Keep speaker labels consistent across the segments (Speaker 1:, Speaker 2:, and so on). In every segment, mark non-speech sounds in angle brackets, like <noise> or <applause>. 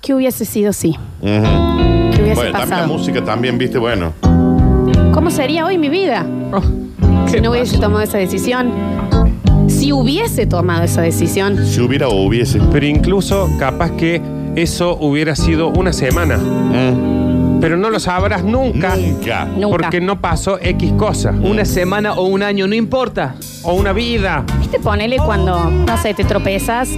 Speaker 1: ¿Qué hubiese sido sí?
Speaker 2: Ujú.
Speaker 1: ¿Qué hubiese
Speaker 2: Bueno, también la
Speaker 1: pasado?
Speaker 2: música también, viste, bueno.
Speaker 1: ¿Cómo sería hoy mi vida si no hubiese tomado esa decisión? Si hubiese tomado esa decisión.
Speaker 2: Si hubiera o hubiese.
Speaker 3: Pero incluso capaz que eso hubiera sido una semana.
Speaker 2: Mm.
Speaker 3: Pero no lo sabrás nunca.
Speaker 2: Nunca.
Speaker 1: Nunca.
Speaker 3: Porque no pasó X cosa.
Speaker 4: Mm. Una semana o un año, no importa.
Speaker 3: O una vida.
Speaker 1: ¿Viste? Ponele cuando, no sé, te tropezas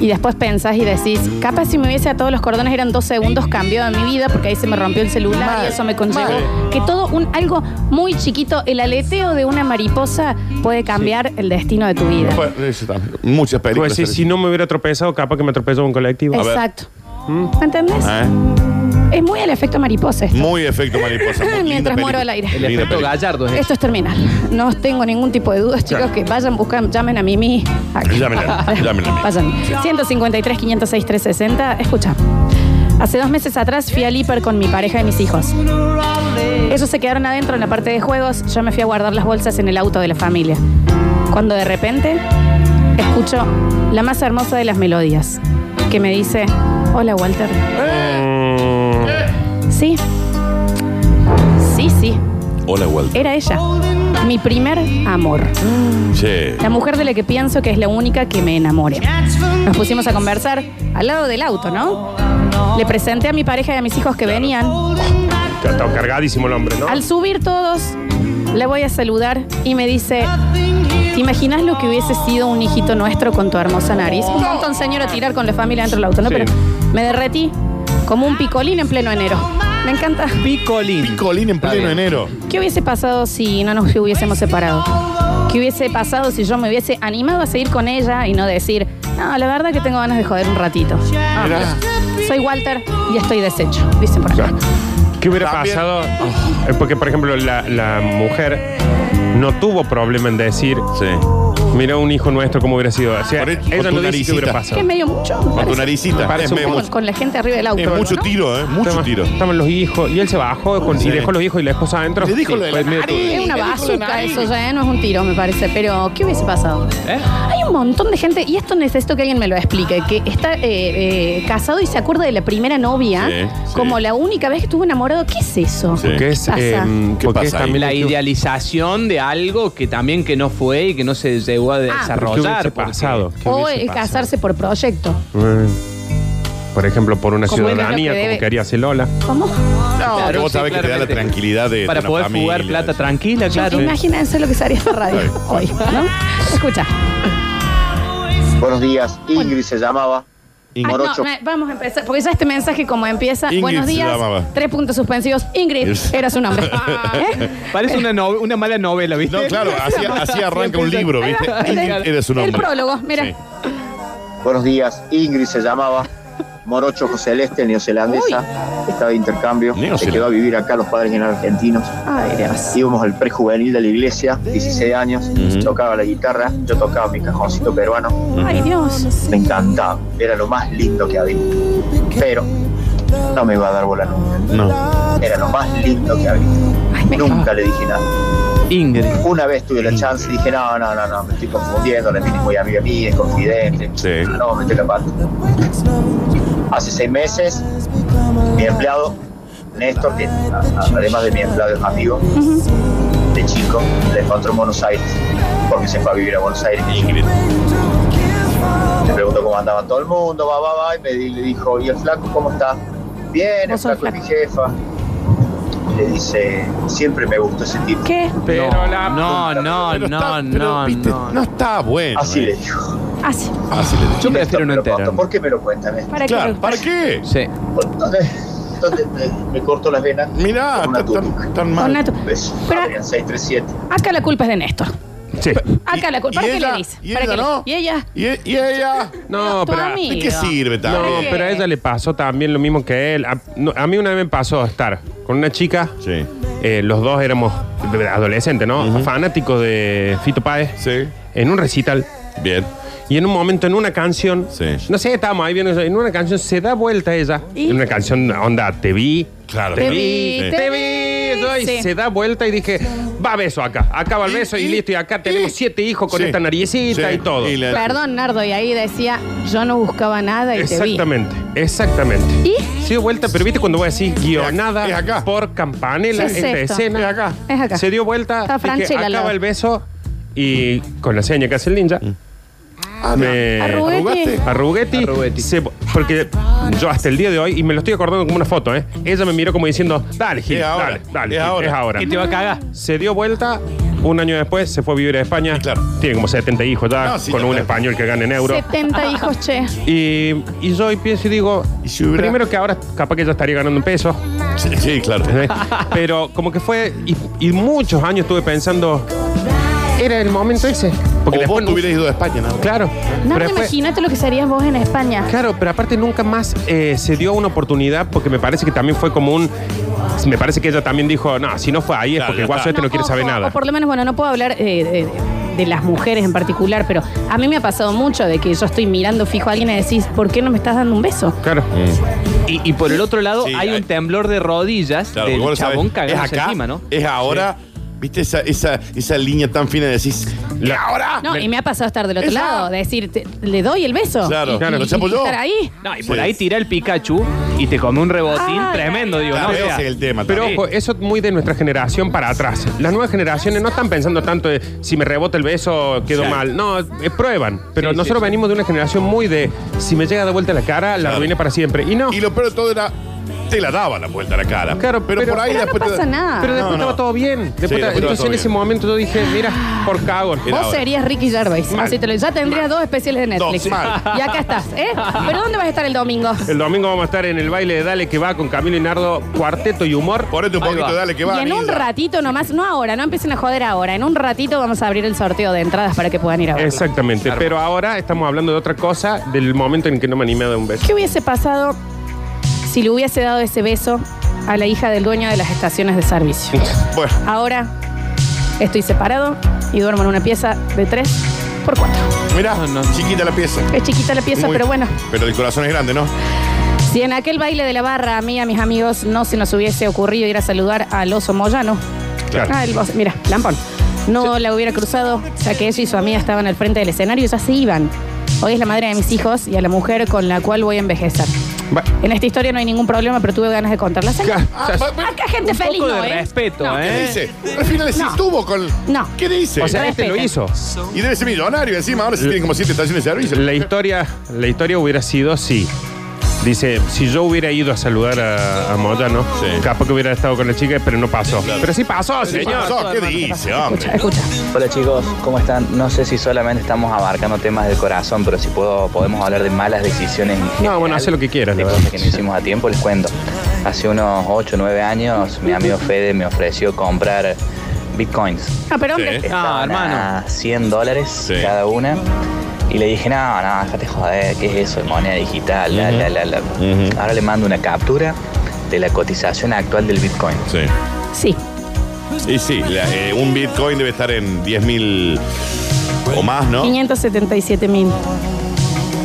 Speaker 1: y después pensás y decís, capaz si me hubiese a todos los cordones eran dos segundos cambió de mi vida porque ahí se me rompió el celular y eso me conllevó.
Speaker 3: mal.
Speaker 1: Que todo un algo muy chiquito, el aleteo de una mariposa puede cambiar el destino de tu vida.
Speaker 2: Bueno, eso también. Muchas películas.
Speaker 3: Pues sí, si
Speaker 2: ¿eh?
Speaker 3: no me hubiera tropezado, capaz que me tropezó un colectivo.
Speaker 2: ver. ¿Eh?
Speaker 1: Exacto. ¿Entendés?
Speaker 3: Ah.
Speaker 1: Es muy el efecto mariposa esto.
Speaker 2: Muy efecto
Speaker 1: <laughs>
Speaker 2: mariposa. muy linda
Speaker 1: Mientras muero
Speaker 2: película.
Speaker 1: al aire.
Speaker 4: El
Speaker 2: Linda
Speaker 4: efecto
Speaker 2: película.
Speaker 4: gallardo ¿eh? es
Speaker 1: Esto es terminal. No tengo ningún tipo de dudas, chicos, que vayan, buscan, llamen a Mimi. Aquí. <laughs>
Speaker 2: Llámenla, llámenla a Mimi.
Speaker 1: Vayan. 153, 506, 360. Escucha. Hace dos meses atrás fui al hiper con mi pareja y mis hijos. Ellos se quedaron adentro en la parte de juegos. Yo me fui a guardar las bolsas en el auto de la familia. Cuando de repente escucho la más hermosa de las melodías que me dice: Hola, Walter.
Speaker 3: Mm,
Speaker 1: Sí. Sí, sí.
Speaker 2: Hola, Walter.
Speaker 1: Era ella. Mi primer amor.
Speaker 2: Che.
Speaker 1: La mujer de la que pienso que es la única que me enamore. Nos pusimos a conversar al lado del auto, ¿no? Le presenté a mi pareja y a mis hijos que venían.
Speaker 3: ya estaba cargadísimo el hombre, ¿no?
Speaker 1: Al subir todos, le voy a saludar y me dice, ¿te imaginas lo que hubiese sido un hijito nuestro con tu hermosa nariz? Un montón señor a tirar con la familia dentro del auto, ¿no?
Speaker 3: Sí.
Speaker 1: Pero me derretí como un picolín en pleno enero. Me encanta.
Speaker 4: Picolín.
Speaker 2: Colín en pleno
Speaker 4: bien.
Speaker 2: enero.
Speaker 1: ¿Qué hubiese pasado si no nos hubiésemos separado? ¿Qué hubiese pasado si yo me hubiese animado a seguir con ella y no decir, no, la verdad que tengo ganas de joder un ratito? Ah,
Speaker 2: Mirá.
Speaker 1: Soy Walter y estoy deshecho, dicen por
Speaker 3: Claro.
Speaker 1: ejemplo.
Speaker 3: ¿Qué hubiera
Speaker 2: También.
Speaker 3: pasado? Eh, Porque, por ejemplo, la, la mujer no tuvo problema en decir,
Speaker 2: Sí.
Speaker 3: mira un hijo nuestro cómo hubiera sido. O sea,
Speaker 2: Por el- por
Speaker 3: ella
Speaker 2: tu
Speaker 3: no dice qué hubiera
Speaker 2: naricita.
Speaker 1: Que
Speaker 3: pasado.
Speaker 1: es medio mucho. me
Speaker 2: Con tu
Speaker 1: parece.
Speaker 2: naricita.
Speaker 3: Parece
Speaker 2: es
Speaker 3: un
Speaker 2: medio
Speaker 1: Con,
Speaker 2: mucho,
Speaker 1: con la gente arriba del auto.
Speaker 2: es mucho
Speaker 1: ¿no?
Speaker 2: tiro, ¿eh? Mucho
Speaker 3: Estaban-
Speaker 2: tiro.
Speaker 3: Estaban los hijos y él se bajó con-
Speaker 2: Sí.
Speaker 3: y dejó los hijos y la esposa adentro.
Speaker 2: Le dijo lo de la
Speaker 3: Pues, mira, tú-
Speaker 2: nariz.
Speaker 1: Es una
Speaker 2: Le dijo la
Speaker 1: bazooka
Speaker 2: nariz.
Speaker 1: eso ya, ¿eh? no es un tiro, me parece. Pero, ¿qué hubiese pasado?
Speaker 4: ¿Eh?
Speaker 1: Hay un montón de gente, y esto necesito que alguien me lo explique, que está eh, eh, casado y se acuerda de la primera novia
Speaker 2: Sí, sí.
Speaker 1: como la única vez que estuvo enamorado. ¿Qué es em, eso?
Speaker 2: Sí.
Speaker 3: Porque es,
Speaker 1: ¿Qué pasa?
Speaker 3: eh,
Speaker 2: ¿Qué
Speaker 3: porque
Speaker 2: pasa
Speaker 3: es
Speaker 2: ahí?
Speaker 3: también
Speaker 4: La
Speaker 3: que-
Speaker 4: idealización de algo que también que no fue y que no se llegó
Speaker 1: Ah,
Speaker 4: a
Speaker 3: ¿Qué hubiese
Speaker 4: desarrollar. porque-
Speaker 3: pasado? ¿Qué
Speaker 1: O
Speaker 3: hubiese
Speaker 1: el
Speaker 3: pasado?
Speaker 1: casarse por proyecto.
Speaker 3: Eh, Por ejemplo, por una
Speaker 1: Como era lo
Speaker 3: ciudadanía,
Speaker 1: que debe-
Speaker 3: como quería hacer Lola.
Speaker 1: ¿Cómo?
Speaker 2: No,
Speaker 4: Claro,
Speaker 2: vos
Speaker 4: sí,
Speaker 2: sabés que te da la
Speaker 4: claramente.
Speaker 2: tranquilidad de.
Speaker 4: Para
Speaker 2: de una
Speaker 4: poder
Speaker 2: familia,
Speaker 4: jugar plata
Speaker 2: de-
Speaker 4: tranquila, claro.
Speaker 1: Imagínense lo que sería esta radio
Speaker 2: Sí.
Speaker 1: hoy, ¿no? Escucha.
Speaker 5: Buenos días, Ingrid se llamaba.
Speaker 1: Ay, no,
Speaker 5: Morocho.
Speaker 1: me- vamos a empezar, porque ya este mensaje como empieza,
Speaker 2: Ingrid
Speaker 1: buenos
Speaker 2: se
Speaker 1: días,
Speaker 2: llamaba.
Speaker 1: tres puntos suspensivos, Ingrid,
Speaker 2: Yes.
Speaker 1: era
Speaker 2: <laughs>
Speaker 1: su nombre. ¿Eh?
Speaker 4: Parece una, no- una mala novela, ¿viste?
Speaker 2: No, claro, así, así arranca un libro, ¿viste? Ingrid era su
Speaker 1: El
Speaker 2: nombre.
Speaker 1: prólogo, mira.
Speaker 2: Sí.
Speaker 5: Buenos días, Ingrid se llamaba. Morocho Joseleste, neozelandesa. Estaba de intercambio. Se
Speaker 2: Neozelandesa.
Speaker 5: quedó a vivir acá, los padres eran argentinos.
Speaker 1: Ay, Dios.
Speaker 5: Íbamos al prejuvenil de la iglesia, 16 años.
Speaker 2: Ujú.
Speaker 5: Tocaba la guitarra, yo tocaba mi cajoncito peruano.
Speaker 1: Ay, Dios.
Speaker 5: Me encantaba, era lo más lindo que había. Pero no me iba a dar bola nunca.
Speaker 2: No.
Speaker 5: Era lo más lindo que había.
Speaker 1: Ay, me
Speaker 5: Nunca le dije nada.
Speaker 4: Ingrid.
Speaker 5: Una vez tuve la chance y dije, no, no, no, no, me estoy confundiendo, la mía es muy amiga mía, es confidente.
Speaker 2: Sí.
Speaker 5: No, metí la pata. Hace seis meses, mi empleado, Néstor, que a- a- además de mi empleado es amigo, de chico, le encontró en Buenos Aires, porque se fue a vivir a Buenos Aires.
Speaker 2: Ingrid.
Speaker 5: Le preguntó cómo andaba todo el mundo, va, va, va, y me di- le dijo, ¿y el flaco cómo está? Bien, el
Speaker 1: Vos sos
Speaker 5: flaco es mi jefa. Y le dice, siempre me gustó ese tipo.
Speaker 1: ¿Qué?
Speaker 3: Pero
Speaker 4: no,
Speaker 3: la.
Speaker 4: no, no,
Speaker 2: Pero
Speaker 4: no,
Speaker 2: está-
Speaker 4: no,
Speaker 2: pero, viste,
Speaker 4: no.
Speaker 2: no está bueno.
Speaker 5: Así
Speaker 2: eh.
Speaker 5: le dijo.
Speaker 1: Así.
Speaker 2: Así Ah, le
Speaker 4: Yo prefiero
Speaker 5: Néstor,
Speaker 4: no
Speaker 5: me lo contó.
Speaker 4: enterarme.
Speaker 5: ¿Por qué me lo cuentan? eh?
Speaker 1: Ah, Para
Speaker 2: Claro,
Speaker 1: que
Speaker 2: ¿para qué?
Speaker 4: Sí.
Speaker 5: ¿Dónde, dónde me, me corto las venas?
Speaker 2: Mirá,
Speaker 5: Con una
Speaker 2: está
Speaker 5: túnica.
Speaker 2: tan, tan
Speaker 1: Con
Speaker 2: mal.
Speaker 1: Natu-
Speaker 5: ¿Ves?
Speaker 1: Pero-
Speaker 5: Adrián, 637.
Speaker 1: Acá la culpa es de Néstor.
Speaker 3: Sí.
Speaker 1: Acá la culpa.
Speaker 2: ¿Y
Speaker 1: ¿Para qué
Speaker 2: ella?
Speaker 1: le dice?
Speaker 2: ¿Y
Speaker 1: ¿Para
Speaker 2: ella
Speaker 1: qué le-
Speaker 2: no?
Speaker 1: ¿Y ella?
Speaker 2: ¿Y, y ella?
Speaker 3: No,
Speaker 1: tu
Speaker 3: pero.
Speaker 1: amigo.
Speaker 2: ¿De qué sirve
Speaker 3: No,
Speaker 2: también?
Speaker 3: pero a ella le pasó también lo mismo que él. A, no, a mí una vez me pasó a estar con una chica.
Speaker 2: Sí.
Speaker 3: eh, los dos éramos adolescentes, ¿no? Fanáticos de Fito Páez.
Speaker 2: Sí.
Speaker 3: En un recital.
Speaker 2: Bien.
Speaker 3: Y en un momento, en una canción.
Speaker 2: Sí.
Speaker 3: No sé, estábamos ahí viendo. En una canción se da vuelta ella.
Speaker 1: ¿Y?
Speaker 3: En una canción, onda, te vi.
Speaker 2: Claro.
Speaker 3: Te
Speaker 1: vi,
Speaker 3: vi.
Speaker 2: Sí.
Speaker 1: te
Speaker 3: Te
Speaker 1: vi,
Speaker 3: vi. yo y
Speaker 1: Sí.
Speaker 3: se da vuelta y dije, va beso acá, acá va el
Speaker 2: Y-
Speaker 3: beso y,
Speaker 2: y-
Speaker 3: listo, y acá tenemos
Speaker 2: y-
Speaker 3: siete hijos con
Speaker 2: Sí.
Speaker 3: esta naricita
Speaker 2: Sí.
Speaker 3: y todo.
Speaker 2: Y la-
Speaker 1: Perdón, Nardo, y ahí decía, yo no buscaba nada y te vi.
Speaker 3: Exactamente, exactamente.
Speaker 1: ¿Y?
Speaker 3: Se dio vuelta, pero viste cuando voy a decir guionada
Speaker 2: Es acá.
Speaker 3: por campanela,
Speaker 1: Es
Speaker 3: esta
Speaker 1: esto.
Speaker 3: escena.
Speaker 1: Es acá. Es acá.
Speaker 3: Se dio vuelta,
Speaker 1: Está
Speaker 3: dije,
Speaker 1: Franchella al
Speaker 3: acaba
Speaker 1: lado.
Speaker 3: el beso y con la seña que hace el ninja.
Speaker 4: Mm.
Speaker 3: me
Speaker 1: Arrugué.
Speaker 2: Ah, ¿Arrugaste?
Speaker 3: a Rugetti,
Speaker 4: Rugetti.
Speaker 3: se- porque yo hasta el día de hoy, y me lo estoy acordando como una foto, ¿eh? ella me miró como diciendo, dale, Gil,
Speaker 2: Es ahora,
Speaker 3: dale, dale,
Speaker 2: es
Speaker 3: Gil,
Speaker 2: ahora".
Speaker 3: es ahora.
Speaker 4: ¿Qué te va a cagar?
Speaker 3: Se dio vuelta, un año después se fue a vivir a España.
Speaker 2: Sí, claro.
Speaker 3: Tiene como 70 hijos ya,
Speaker 2: No, sí,
Speaker 3: con
Speaker 2: ya,
Speaker 3: un
Speaker 2: claro.
Speaker 3: español que gana en euros.
Speaker 2: <laughs>
Speaker 1: 70 hijos, che.
Speaker 3: Y, y yo hoy pienso y digo,
Speaker 2: ¿Y si hubiera-
Speaker 3: primero que ahora capaz que yo estaría ganando un peso,
Speaker 2: Sí, sí, claro.
Speaker 3: ¿eh? pero como que fue, y, y muchos años estuve pensando, era el momento ese.
Speaker 2: Porque
Speaker 3: después
Speaker 2: vos
Speaker 3: no-
Speaker 2: te hubieras ido a España, ¿no?
Speaker 3: Claro.
Speaker 1: No,
Speaker 3: pero después-
Speaker 1: imagínate lo que serías vos en España.
Speaker 3: Claro, pero aparte nunca más eh, se dio una oportunidad porque me parece que también fue como un... Me parece que ella también dijo, no, si no fue ahí es
Speaker 2: Claro,
Speaker 3: porque el
Speaker 2: ya
Speaker 3: guaso
Speaker 2: está.
Speaker 3: este no, quiere
Speaker 1: ojo,
Speaker 3: saber
Speaker 1: O
Speaker 3: nada.
Speaker 1: por lo menos, bueno, no puedo hablar eh, de, de las mujeres en particular, pero a mí me ha pasado mucho de que yo estoy mirando fijo a alguien y decís, ¿por qué no me estás dando un beso?
Speaker 3: Claro.
Speaker 4: Y, y por el otro lado
Speaker 2: Sí,
Speaker 4: hay
Speaker 2: hay-
Speaker 4: un temblor de rodillas
Speaker 2: Claro, porque
Speaker 4: del
Speaker 2: vos lo sabés.
Speaker 4: chabón
Speaker 2: Es
Speaker 4: cagándose
Speaker 2: acá,
Speaker 4: encima, ¿no?
Speaker 2: Es ahora. ¿Viste esa, esa, esa línea tan fina de decís?
Speaker 3: La-
Speaker 2: ahora?
Speaker 1: No, y me ha pasado estar del otro
Speaker 2: Esa-
Speaker 1: lado, de decir, te- le doy el beso.
Speaker 2: Claro,
Speaker 1: Y-
Speaker 3: claro,
Speaker 1: y-
Speaker 2: no se apoyó.
Speaker 1: y Estar ahí.
Speaker 4: No, y por
Speaker 2: Sí.
Speaker 4: ahí tira el Pikachu y te come un rebotín
Speaker 1: Ay,
Speaker 4: tremendo, digo,
Speaker 2: Claro,
Speaker 4: ¿no? O sea,
Speaker 2: ese es el tema.
Speaker 3: Pero
Speaker 2: también.
Speaker 3: ojo,
Speaker 4: eh,
Speaker 3: eso es muy de nuestra generación para atrás. Las nuevas generaciones no están pensando tanto de si me rebota el beso, quedo
Speaker 2: Sí.
Speaker 3: mal. No, eh, prueban. Pero
Speaker 4: Sí,
Speaker 3: nosotros
Speaker 4: sí, sí.
Speaker 3: venimos de una generación muy de si me llega de vuelta la cara, la
Speaker 2: Claro.
Speaker 3: arruiné para siempre. Y no.
Speaker 2: Y lo peor de todo era. Te la daba la vuelta a la cara.
Speaker 3: Claro,
Speaker 2: pero,
Speaker 3: pero-
Speaker 2: por ahí
Speaker 1: Pero no
Speaker 2: después. te-
Speaker 1: pasa nada.
Speaker 3: pero después
Speaker 2: No,
Speaker 3: estaba
Speaker 2: no.
Speaker 3: todo bien. Después
Speaker 2: Sí,
Speaker 3: estaba-
Speaker 2: después estaba
Speaker 3: entonces
Speaker 2: todo
Speaker 3: en ese
Speaker 2: bien.
Speaker 3: momento yo dije, mira, por cagón.
Speaker 2: Era
Speaker 1: Vos
Speaker 2: ahora.
Speaker 1: serías Ricky Gervais.
Speaker 3: Mal.
Speaker 1: Así te lo- ya tendrías dos especiales de Netflix.
Speaker 2: Dos, mal.
Speaker 1: Y acá estás,
Speaker 2: <laughs>
Speaker 1: ¿eh? ¿Pero dónde vas a estar el domingo?
Speaker 3: El domingo vamos a estar en el baile de Dale que va con Camilo y Nardo, cuarteto y humor.
Speaker 2: Ponete un
Speaker 4: Ahí
Speaker 2: poquito,
Speaker 4: va.
Speaker 2: dale que va.
Speaker 1: y en un
Speaker 2: Anilla.
Speaker 1: ratito nomás, no ahora, no empiecen a joder ahora. En un ratito vamos a abrir el sorteo de entradas para que puedan ir a verlo.
Speaker 3: Exactamente, pero ahora estamos hablando de otra cosa, del momento en que no me animé a dar un
Speaker 2: Eh.
Speaker 3: beso.
Speaker 1: ¿Qué hubiese pasado si le hubiese dado ese beso a la hija del dueño de las estaciones de servicio?
Speaker 2: <laughs> Bueno,
Speaker 1: Ahora estoy separado y duermo en una pieza de 3 por 4
Speaker 2: mirá,
Speaker 4: No, no.
Speaker 2: chiquita la pieza.
Speaker 1: Es chiquita la pieza,
Speaker 2: Muy-
Speaker 1: pero bueno.
Speaker 2: Pero el corazón es grande, ¿no?
Speaker 1: Si en aquel baile de la barra a mí y a mis amigos no se nos hubiese ocurrido ir a saludar al oso Moyano.
Speaker 3: Claro.
Speaker 1: Ah, el oso- mira, Lampón. No la hubiera cruzado, ya que ella y su amiga estaban al frente del escenario y ya se iban. Hoy es la madre de mis hijos y a la mujer con la cual voy a envejecer.
Speaker 3: Va-
Speaker 1: En esta historia no hay ningún problema, pero tuve ganas de contarla.
Speaker 3: Claro,
Speaker 2: Ah,
Speaker 3: o sea,
Speaker 2: va- va-
Speaker 1: Acá gente
Speaker 4: un
Speaker 1: feliz,
Speaker 4: poco
Speaker 1: no,
Speaker 4: de
Speaker 1: ¿eh?
Speaker 4: respeto,
Speaker 1: No.
Speaker 2: ¿Qué
Speaker 4: ¿eh?
Speaker 2: dice? Al final sí
Speaker 1: No.
Speaker 2: estuvo con.
Speaker 1: No.
Speaker 2: ¿Qué dice?
Speaker 3: o sea, este
Speaker 1: Respeten.
Speaker 3: lo hizo.
Speaker 2: y debe ser millonario encima. Ahora sí tiene como siete estaciones de servicio.
Speaker 3: La historia, la historia hubiera sido si. Dice, si yo hubiera ido a saludar a, a Moyano,
Speaker 2: Sí.
Speaker 3: capaz que hubiera estado con la chica, pero no pasó. Pero sí pasó, señor.
Speaker 2: Pasó, ¿Qué dice, hombre?
Speaker 1: Escucha, escucha.
Speaker 6: Hola chicos, ¿cómo están? No sé si solamente estamos abarcando temas del corazón, pero si puedo, podemos hablar de malas decisiones. en general,
Speaker 3: bueno, hace lo que quieras,
Speaker 6: De
Speaker 3: la
Speaker 6: cosas
Speaker 3: verdad.
Speaker 6: que no hicimos a tiempo, les cuento. Hace unos 8 o 9 años, mi amigo Fede me ofreció comprar bitcoins.
Speaker 1: Ah, pero hombre.
Speaker 2: Sí.
Speaker 6: Estaban
Speaker 4: hermano.
Speaker 6: A 100 dólares
Speaker 2: Sí.
Speaker 6: cada una. Y le dije, no, no, déjate joder, ¿qué es eso? de Moneda digital, la, la, la, la".
Speaker 2: Ujú.
Speaker 6: Ahora le mando una captura de la cotización actual del bitcoin.
Speaker 2: Sí.
Speaker 1: Sí.
Speaker 2: Y sí, la- eh, un Bitcoin debe estar en 10 mil o más, ¿no?
Speaker 1: 577 mil.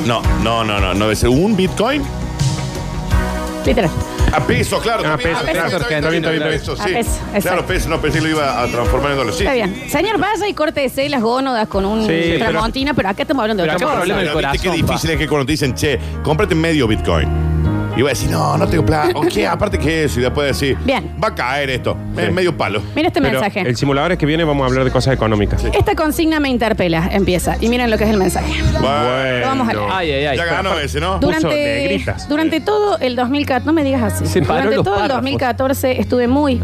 Speaker 2: No, no, no, no, no debe ser un Bitcoin.
Speaker 1: Literal.
Speaker 2: A peso, claro.
Speaker 1: Ah,
Speaker 3: A
Speaker 2: también,
Speaker 3: peso,
Speaker 2: está bien,
Speaker 3: claro,
Speaker 2: está bien, está bien,
Speaker 3: argentino,
Speaker 2: está bien,
Speaker 1: a
Speaker 2: peso, sí.
Speaker 1: peso, exacto.
Speaker 2: Claro, peso, no pensé que lo iba a transformar en dólares. Sí.
Speaker 1: Está bien. Señor, vaya y corte las gónodas con un
Speaker 3: Sí, pero-
Speaker 1: tramontina, pero, acá estamos hablando de
Speaker 4: Pero
Speaker 1: otra
Speaker 4: acá
Speaker 1: cosa.
Speaker 4: problema
Speaker 2: Claro,
Speaker 4: del
Speaker 2: ¿viste qué
Speaker 4: corazón,
Speaker 2: difícil es que cuando te dicen, che, cómprate medio Bitcoin. Y voy a decir, no, no tengo plata.
Speaker 1: <laughs>
Speaker 2: ¿O qué? Aparte que eso. Y después decir,
Speaker 1: Bien.
Speaker 2: va a caer esto.
Speaker 3: Sí.
Speaker 2: Es medio palo.
Speaker 1: Mira este
Speaker 3: Pero
Speaker 1: mensaje.
Speaker 3: el simulador es que viene, vamos a hablar de cosas económicas.
Speaker 1: Esta consigna me interpela, empieza. Y miren lo que es el mensaje.
Speaker 2: Bueno.
Speaker 1: Vamos a leer.
Speaker 4: Ay, ay, ay.
Speaker 2: Ya ganó ese, ¿no?
Speaker 3: Puso
Speaker 1: Durante,
Speaker 3: negritas.
Speaker 1: durante todo el 2014, no me digas así.
Speaker 4: Se paró
Speaker 1: durante
Speaker 4: los
Speaker 1: todo el
Speaker 4: párrafos.
Speaker 1: 2014 estuve muy,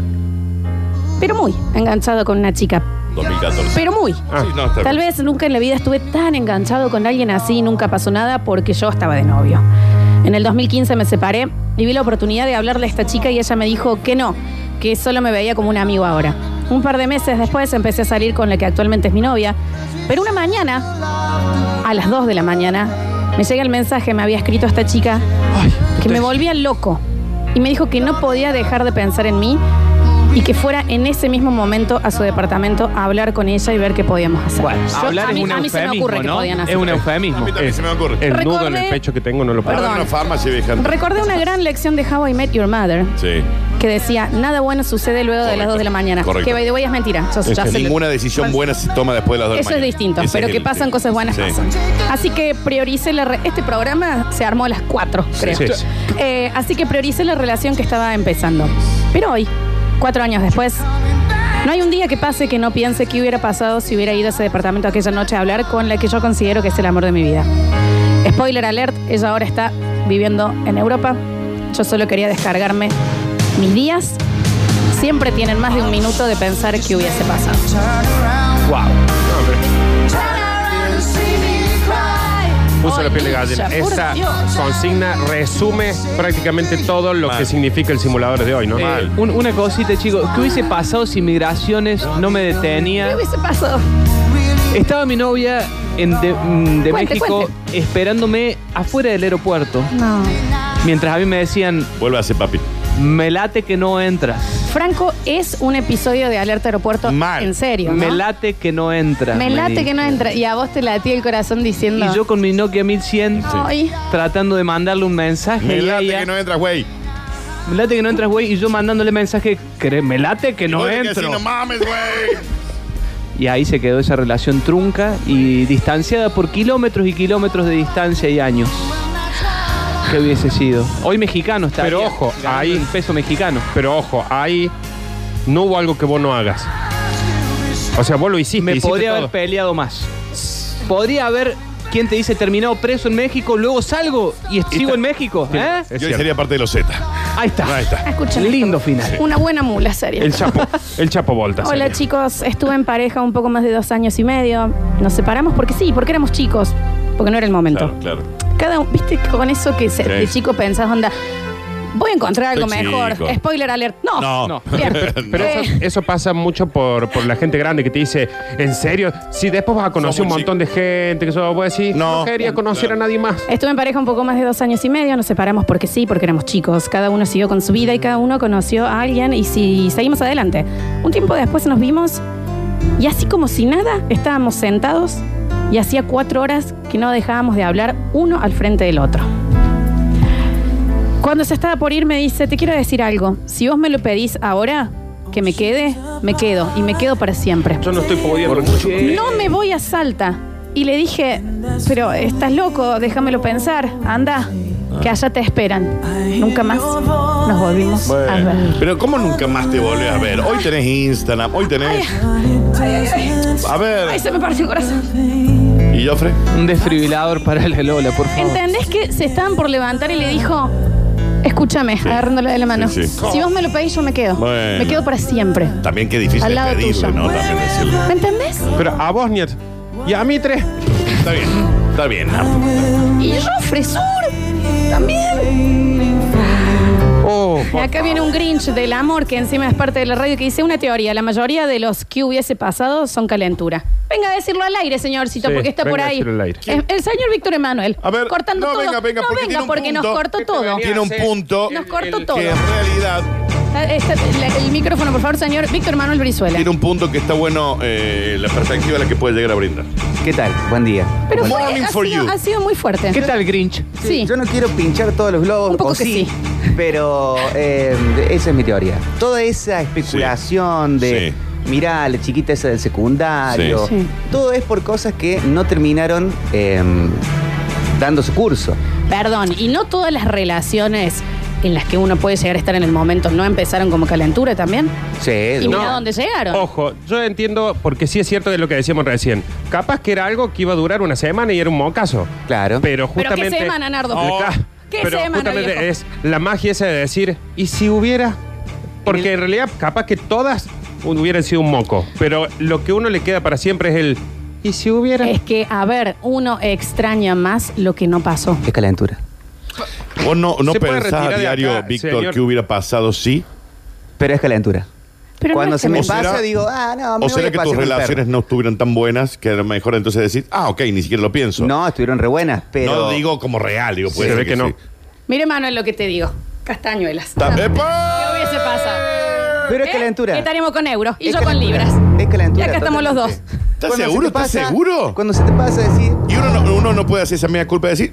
Speaker 1: pero muy enganchado con una chica.
Speaker 2: 2014.
Speaker 1: Pero muy.
Speaker 3: Ah,
Speaker 2: Sí, no, está
Speaker 1: Tal
Speaker 2: bien.
Speaker 1: vez nunca en la vida estuve tan enganchado con alguien así y nunca pasó nada porque yo estaba de novio. En el 2015 me separé y vi la oportunidad de hablarle a esta chica y ella me dijo que no, que solo me veía como un amigo ahora. Un par de meses después empecé a salir con la que actualmente es mi novia, pero una mañana, a las 2 de la mañana, me llega el mensaje, me había escrito esta chica, que me volvía loco y me dijo que no podía dejar de pensar en mí y que fuera en ese mismo momento a su departamento a hablar con ella y ver qué podíamos hacer.
Speaker 4: Bueno,
Speaker 1: Yo-
Speaker 4: hablar
Speaker 1: a mí,
Speaker 4: es un
Speaker 1: a mí se me
Speaker 4: eufemismo,
Speaker 1: ocurre que
Speaker 4: ¿no?
Speaker 1: podían hacer.
Speaker 4: Es un eufemismo.
Speaker 2: mí también se me ocurre.
Speaker 3: El nudo en
Speaker 1: Recordé-
Speaker 3: el pecho que tengo no lo puedo.
Speaker 2: Ahora en
Speaker 1: perdón.
Speaker 2: una farmacia, vieja.
Speaker 1: Recordé una gran lección de How I Met Your Mother
Speaker 2: Sí.
Speaker 1: que decía, nada bueno sucede luego de las
Speaker 2: Correcto.
Speaker 1: 2 de la mañana.
Speaker 2: Correcto. Este,
Speaker 1: Que by the way es mentira. Yo- ya se lo-
Speaker 2: Ninguna decisión buena se toma después de las dos de la
Speaker 1: Eso es
Speaker 2: mañana.
Speaker 1: distinto,
Speaker 2: Ese
Speaker 1: pero
Speaker 2: es
Speaker 1: que
Speaker 2: el-
Speaker 1: pasan cosas buenas
Speaker 2: Sí.
Speaker 1: pasan. Así que prioricé la re- este programa se armó a las 4, creo.
Speaker 3: sí, sí.
Speaker 1: Eh, así que prioricé la relación que estaba empezando. Pero hoy, cuatro años después, no hay un día que pase que no piense qué hubiera pasado si hubiera ido a ese departamento aquella noche a hablar con la que yo considero que es el amor de mi vida. Spoiler alert, ella ahora está viviendo en Europa. Yo solo quería descargarme mis días. Siempre tienen más de un minuto de pensar qué hubiese pasado.
Speaker 3: Puso la piel de
Speaker 1: Ay,
Speaker 3: gallina.
Speaker 1: Misha, por
Speaker 3: Esa
Speaker 1: Dios.
Speaker 3: consigna resume prácticamente todo lo que significa el simulador de hoy, ¿no?
Speaker 4: Eh,
Speaker 3: Mal.
Speaker 4: un- una cosita, chicos. ¿Qué hubiese pasado si migraciones no me
Speaker 1: ¿Qué
Speaker 4: detenía?
Speaker 1: hubiese pasado?
Speaker 4: Estaba mi novia en de, mm, de
Speaker 1: Cuente,
Speaker 4: México
Speaker 1: cuente.
Speaker 4: esperándome afuera del aeropuerto.
Speaker 1: No.
Speaker 4: Mientras a mí me decían,
Speaker 2: Vuelve a ser papi.
Speaker 4: me late que no entras.
Speaker 1: Franco es un episodio de Alerta Aeropuerto
Speaker 2: Mal.
Speaker 1: en serio. ¿no?
Speaker 4: Me late que no entras.
Speaker 1: Me late que no
Speaker 4: dijo.
Speaker 1: entra. Y a vos te latía el corazón diciendo.
Speaker 4: Y yo con mi Nokia 1100
Speaker 1: Ay,
Speaker 4: tratando de mandarle un mensaje.
Speaker 2: Me
Speaker 4: y
Speaker 2: late
Speaker 4: ella,
Speaker 2: que no entras, güey.
Speaker 4: "Me late que no entras, güey. Y yo mandándole mensaje, "Cre- me late que no
Speaker 2: Vos te quedás
Speaker 4: entro.
Speaker 2: así, No mames, güey.
Speaker 4: Y ahí se quedó esa relación trunca y distanciada por kilómetros y kilómetros de distancia y años. ¿Qué hubiese sido? Hoy mexicano está.
Speaker 3: Pero ojo, ah, ahí-
Speaker 4: ahí peso mexicano.
Speaker 3: Pero ojo, ahí no hubo algo que vos no hagas. O sea, vos lo hiciste.
Speaker 4: Me
Speaker 3: hiciste
Speaker 4: podría haber
Speaker 3: todo.
Speaker 4: peleado más. Podría haber, ¿quién te dice terminado preso en México? Luego salgo y sigo en México.
Speaker 3: Sí,
Speaker 4: ¿eh?
Speaker 3: es
Speaker 2: Yo
Speaker 3: cierto.
Speaker 2: sería parte de los Z.
Speaker 4: Ahí está.
Speaker 2: Ahí está.
Speaker 1: escuchen.
Speaker 4: Lindo final.
Speaker 1: Una buena mula seria.
Speaker 3: El Chapo, el Chapo Volta.
Speaker 1: Hola
Speaker 3: sería.
Speaker 1: chicos, estuve en pareja un poco más de dos años y medio. Nos separamos porque sí, porque éramos chicos, porque no era el momento.
Speaker 2: Claro, claro.
Speaker 1: Cada un, viste con eso que se-
Speaker 2: Sí.
Speaker 1: de chico pensás, onda, voy a encontrar algo
Speaker 2: Estoy
Speaker 1: mejor.
Speaker 2: chico.
Speaker 1: Spoiler alert. No.
Speaker 2: No.
Speaker 1: Bien.
Speaker 3: <laughs> Pero
Speaker 4: <laughs>
Speaker 1: Eh,
Speaker 3: eso, eso pasa mucho por, por la gente grande que te dice, ¿en serio? Si después vas a conocer
Speaker 2: Somos
Speaker 3: un montón de gente, que eso voy a decir,
Speaker 2: No.
Speaker 3: no, quería conocer a nadie más.
Speaker 1: Estuve en pareja un poco más de dos años y medio, nos separamos porque sí, porque éramos chicos. Cada uno siguió con su vida y cada uno conoció a alguien y si seguimos adelante. Un tiempo después nos vimos y así como si nada, estábamos sentados y hacía cuatro horas que no dejábamos de hablar uno al frente del otro. Cuando se estaba por ir me dice, te quiero decir algo, si vos me lo pedís ahora, que me quede, me quedo y me quedo para siempre.
Speaker 3: Yo no estoy pudiendo mucho.
Speaker 1: No me voy a Salta. Y le dije, pero estás loco, déjamelo pensar. Anda, que allá te esperan. Nunca más nos volvimos a ver.
Speaker 2: Pero ¿cómo nunca más te volvés a ver? Hoy tenés Instagram, hoy tenés... A
Speaker 1: Ay,
Speaker 2: ver.
Speaker 1: se me partió el corazón.
Speaker 2: ¿Y Jofre?
Speaker 4: Un desfibrilador para la Lola, por favor.
Speaker 1: ¿Entendés que se estaban por levantar y le dijo, escúchame, agarrándole de la mano?
Speaker 2: Sí, sí.
Speaker 1: Si vos me lo pedís, yo me quedo.
Speaker 2: Bueno.
Speaker 1: Me quedo para siempre.
Speaker 2: También qué difícil
Speaker 1: Al lado
Speaker 2: es pedirle,
Speaker 1: tuyo.
Speaker 2: ¿no? También decirle.
Speaker 1: ¿Me entendés?
Speaker 3: Pero a Bosniet y a Mitre.
Speaker 2: Está bien, está bien.
Speaker 1: Y yo, Fresur, también.
Speaker 3: Oh,
Speaker 1: Y acá viene un Grinch del amor que encima es parte de la radio que dice una teoría. La mayoría de los que hubiese pasado son calentura. Venga a decirlo al aire, señorcito,
Speaker 3: Sí,
Speaker 1: porque está
Speaker 3: venga
Speaker 1: por
Speaker 3: a
Speaker 1: ahí.
Speaker 3: decirlo al aire.
Speaker 1: El, el señor Víctor Emanuel.
Speaker 2: A ver,
Speaker 1: cortando
Speaker 2: no,
Speaker 1: todo.
Speaker 2: venga, venga,
Speaker 1: no
Speaker 2: porque tiene
Speaker 1: venga,
Speaker 2: un
Speaker 1: porque nos
Speaker 2: punto.
Speaker 1: cortó todo.
Speaker 2: Tiene un punto
Speaker 1: Nos cortó todo.
Speaker 2: que en realidad
Speaker 1: Está- está- la- el micrófono, por favor, señor Víctor Emanuel Brizuela.
Speaker 2: tiene un punto que está bueno eh, la perspectiva a la que puede llegar a brindar.
Speaker 7: ¿Qué tal? Buen día.
Speaker 1: Pero fue-
Speaker 2: Morning
Speaker 1: ha,
Speaker 2: for
Speaker 1: sido,
Speaker 2: you.
Speaker 1: ha sido muy fuerte.
Speaker 4: ¿Qué tal, Grinch?
Speaker 1: Sí.
Speaker 7: Yo no quiero pinchar todos los globos,
Speaker 1: Un poco
Speaker 7: o
Speaker 1: que sí.
Speaker 7: pero eh, esa es mi teoría. Toda esa especulación de, mirá, la chiquita esa del secundario,
Speaker 1: Sí. Sí.
Speaker 7: todo es por cosas que no terminaron eh, dando su curso.
Speaker 1: Perdón, y no todas las relaciones en las que uno puede llegar a estar en el momento no empezaron como calentura también.
Speaker 7: Sí,
Speaker 1: Y
Speaker 7: de-
Speaker 1: mira dónde llegaron.
Speaker 3: Ojo, yo entiendo, porque sí es cierto de lo que decíamos recién. Capaz que era algo que iba a durar una semana y era un mocaso.
Speaker 7: Claro.
Speaker 3: Pero
Speaker 1: Pero
Speaker 3: justamente.
Speaker 1: qué semana, Nardo.
Speaker 3: Oh,
Speaker 1: ¿Qué
Speaker 3: pero
Speaker 1: semana,
Speaker 3: justamente
Speaker 1: viejo?
Speaker 3: es la magia esa de decir, ¿y si hubiera? Porque en realidad, capaz que todas hubieran sido un moco. Pero lo que uno le queda para siempre es el, ¿y si hubiera?
Speaker 1: Es que, a ver, uno extraña más lo que no pasó.
Speaker 7: Es calentura.
Speaker 2: Vos no, no
Speaker 3: Se puede
Speaker 2: pensás a
Speaker 3: retirar de
Speaker 2: diario,
Speaker 3: acá,
Speaker 2: Víctor,
Speaker 3: señor.
Speaker 2: que hubiera pasado sí.
Speaker 7: Pero es calentura.
Speaker 1: Pero
Speaker 7: Cuando
Speaker 1: no es
Speaker 7: se me
Speaker 1: calentura.
Speaker 7: pasa,
Speaker 2: será-
Speaker 7: digo, ah, no, me
Speaker 2: ¿O
Speaker 7: voy
Speaker 2: será
Speaker 7: a
Speaker 2: que
Speaker 7: pasear
Speaker 2: tus
Speaker 7: con el perro.
Speaker 2: relaciones no estuvieran tan buenas que a lo mejor entonces decís, ah, ok, ni siquiera lo pienso?
Speaker 7: No, estuvieron re buenas, pero.
Speaker 2: No digo como real, digo, puede
Speaker 3: Se
Speaker 2: ser
Speaker 3: ve que no.
Speaker 2: sí.
Speaker 1: Mire, Manuel, lo que te digo. Castañuelas.
Speaker 2: Ta-
Speaker 1: ¿Qué
Speaker 2: ¡Epa!
Speaker 1: hubiese pasado?
Speaker 7: Pero es calentura.
Speaker 1: Que estaremos con euros y
Speaker 7: Es
Speaker 1: yo con
Speaker 7: calentura.
Speaker 1: libras.
Speaker 7: Es calentura.
Speaker 1: Y acá estamos los dos.
Speaker 2: ¿Estás seguro? ¿Estás seguro?
Speaker 7: Cuando se te pasa decir,
Speaker 2: Y uno no, uno no puede hacer esa media culpa de decir,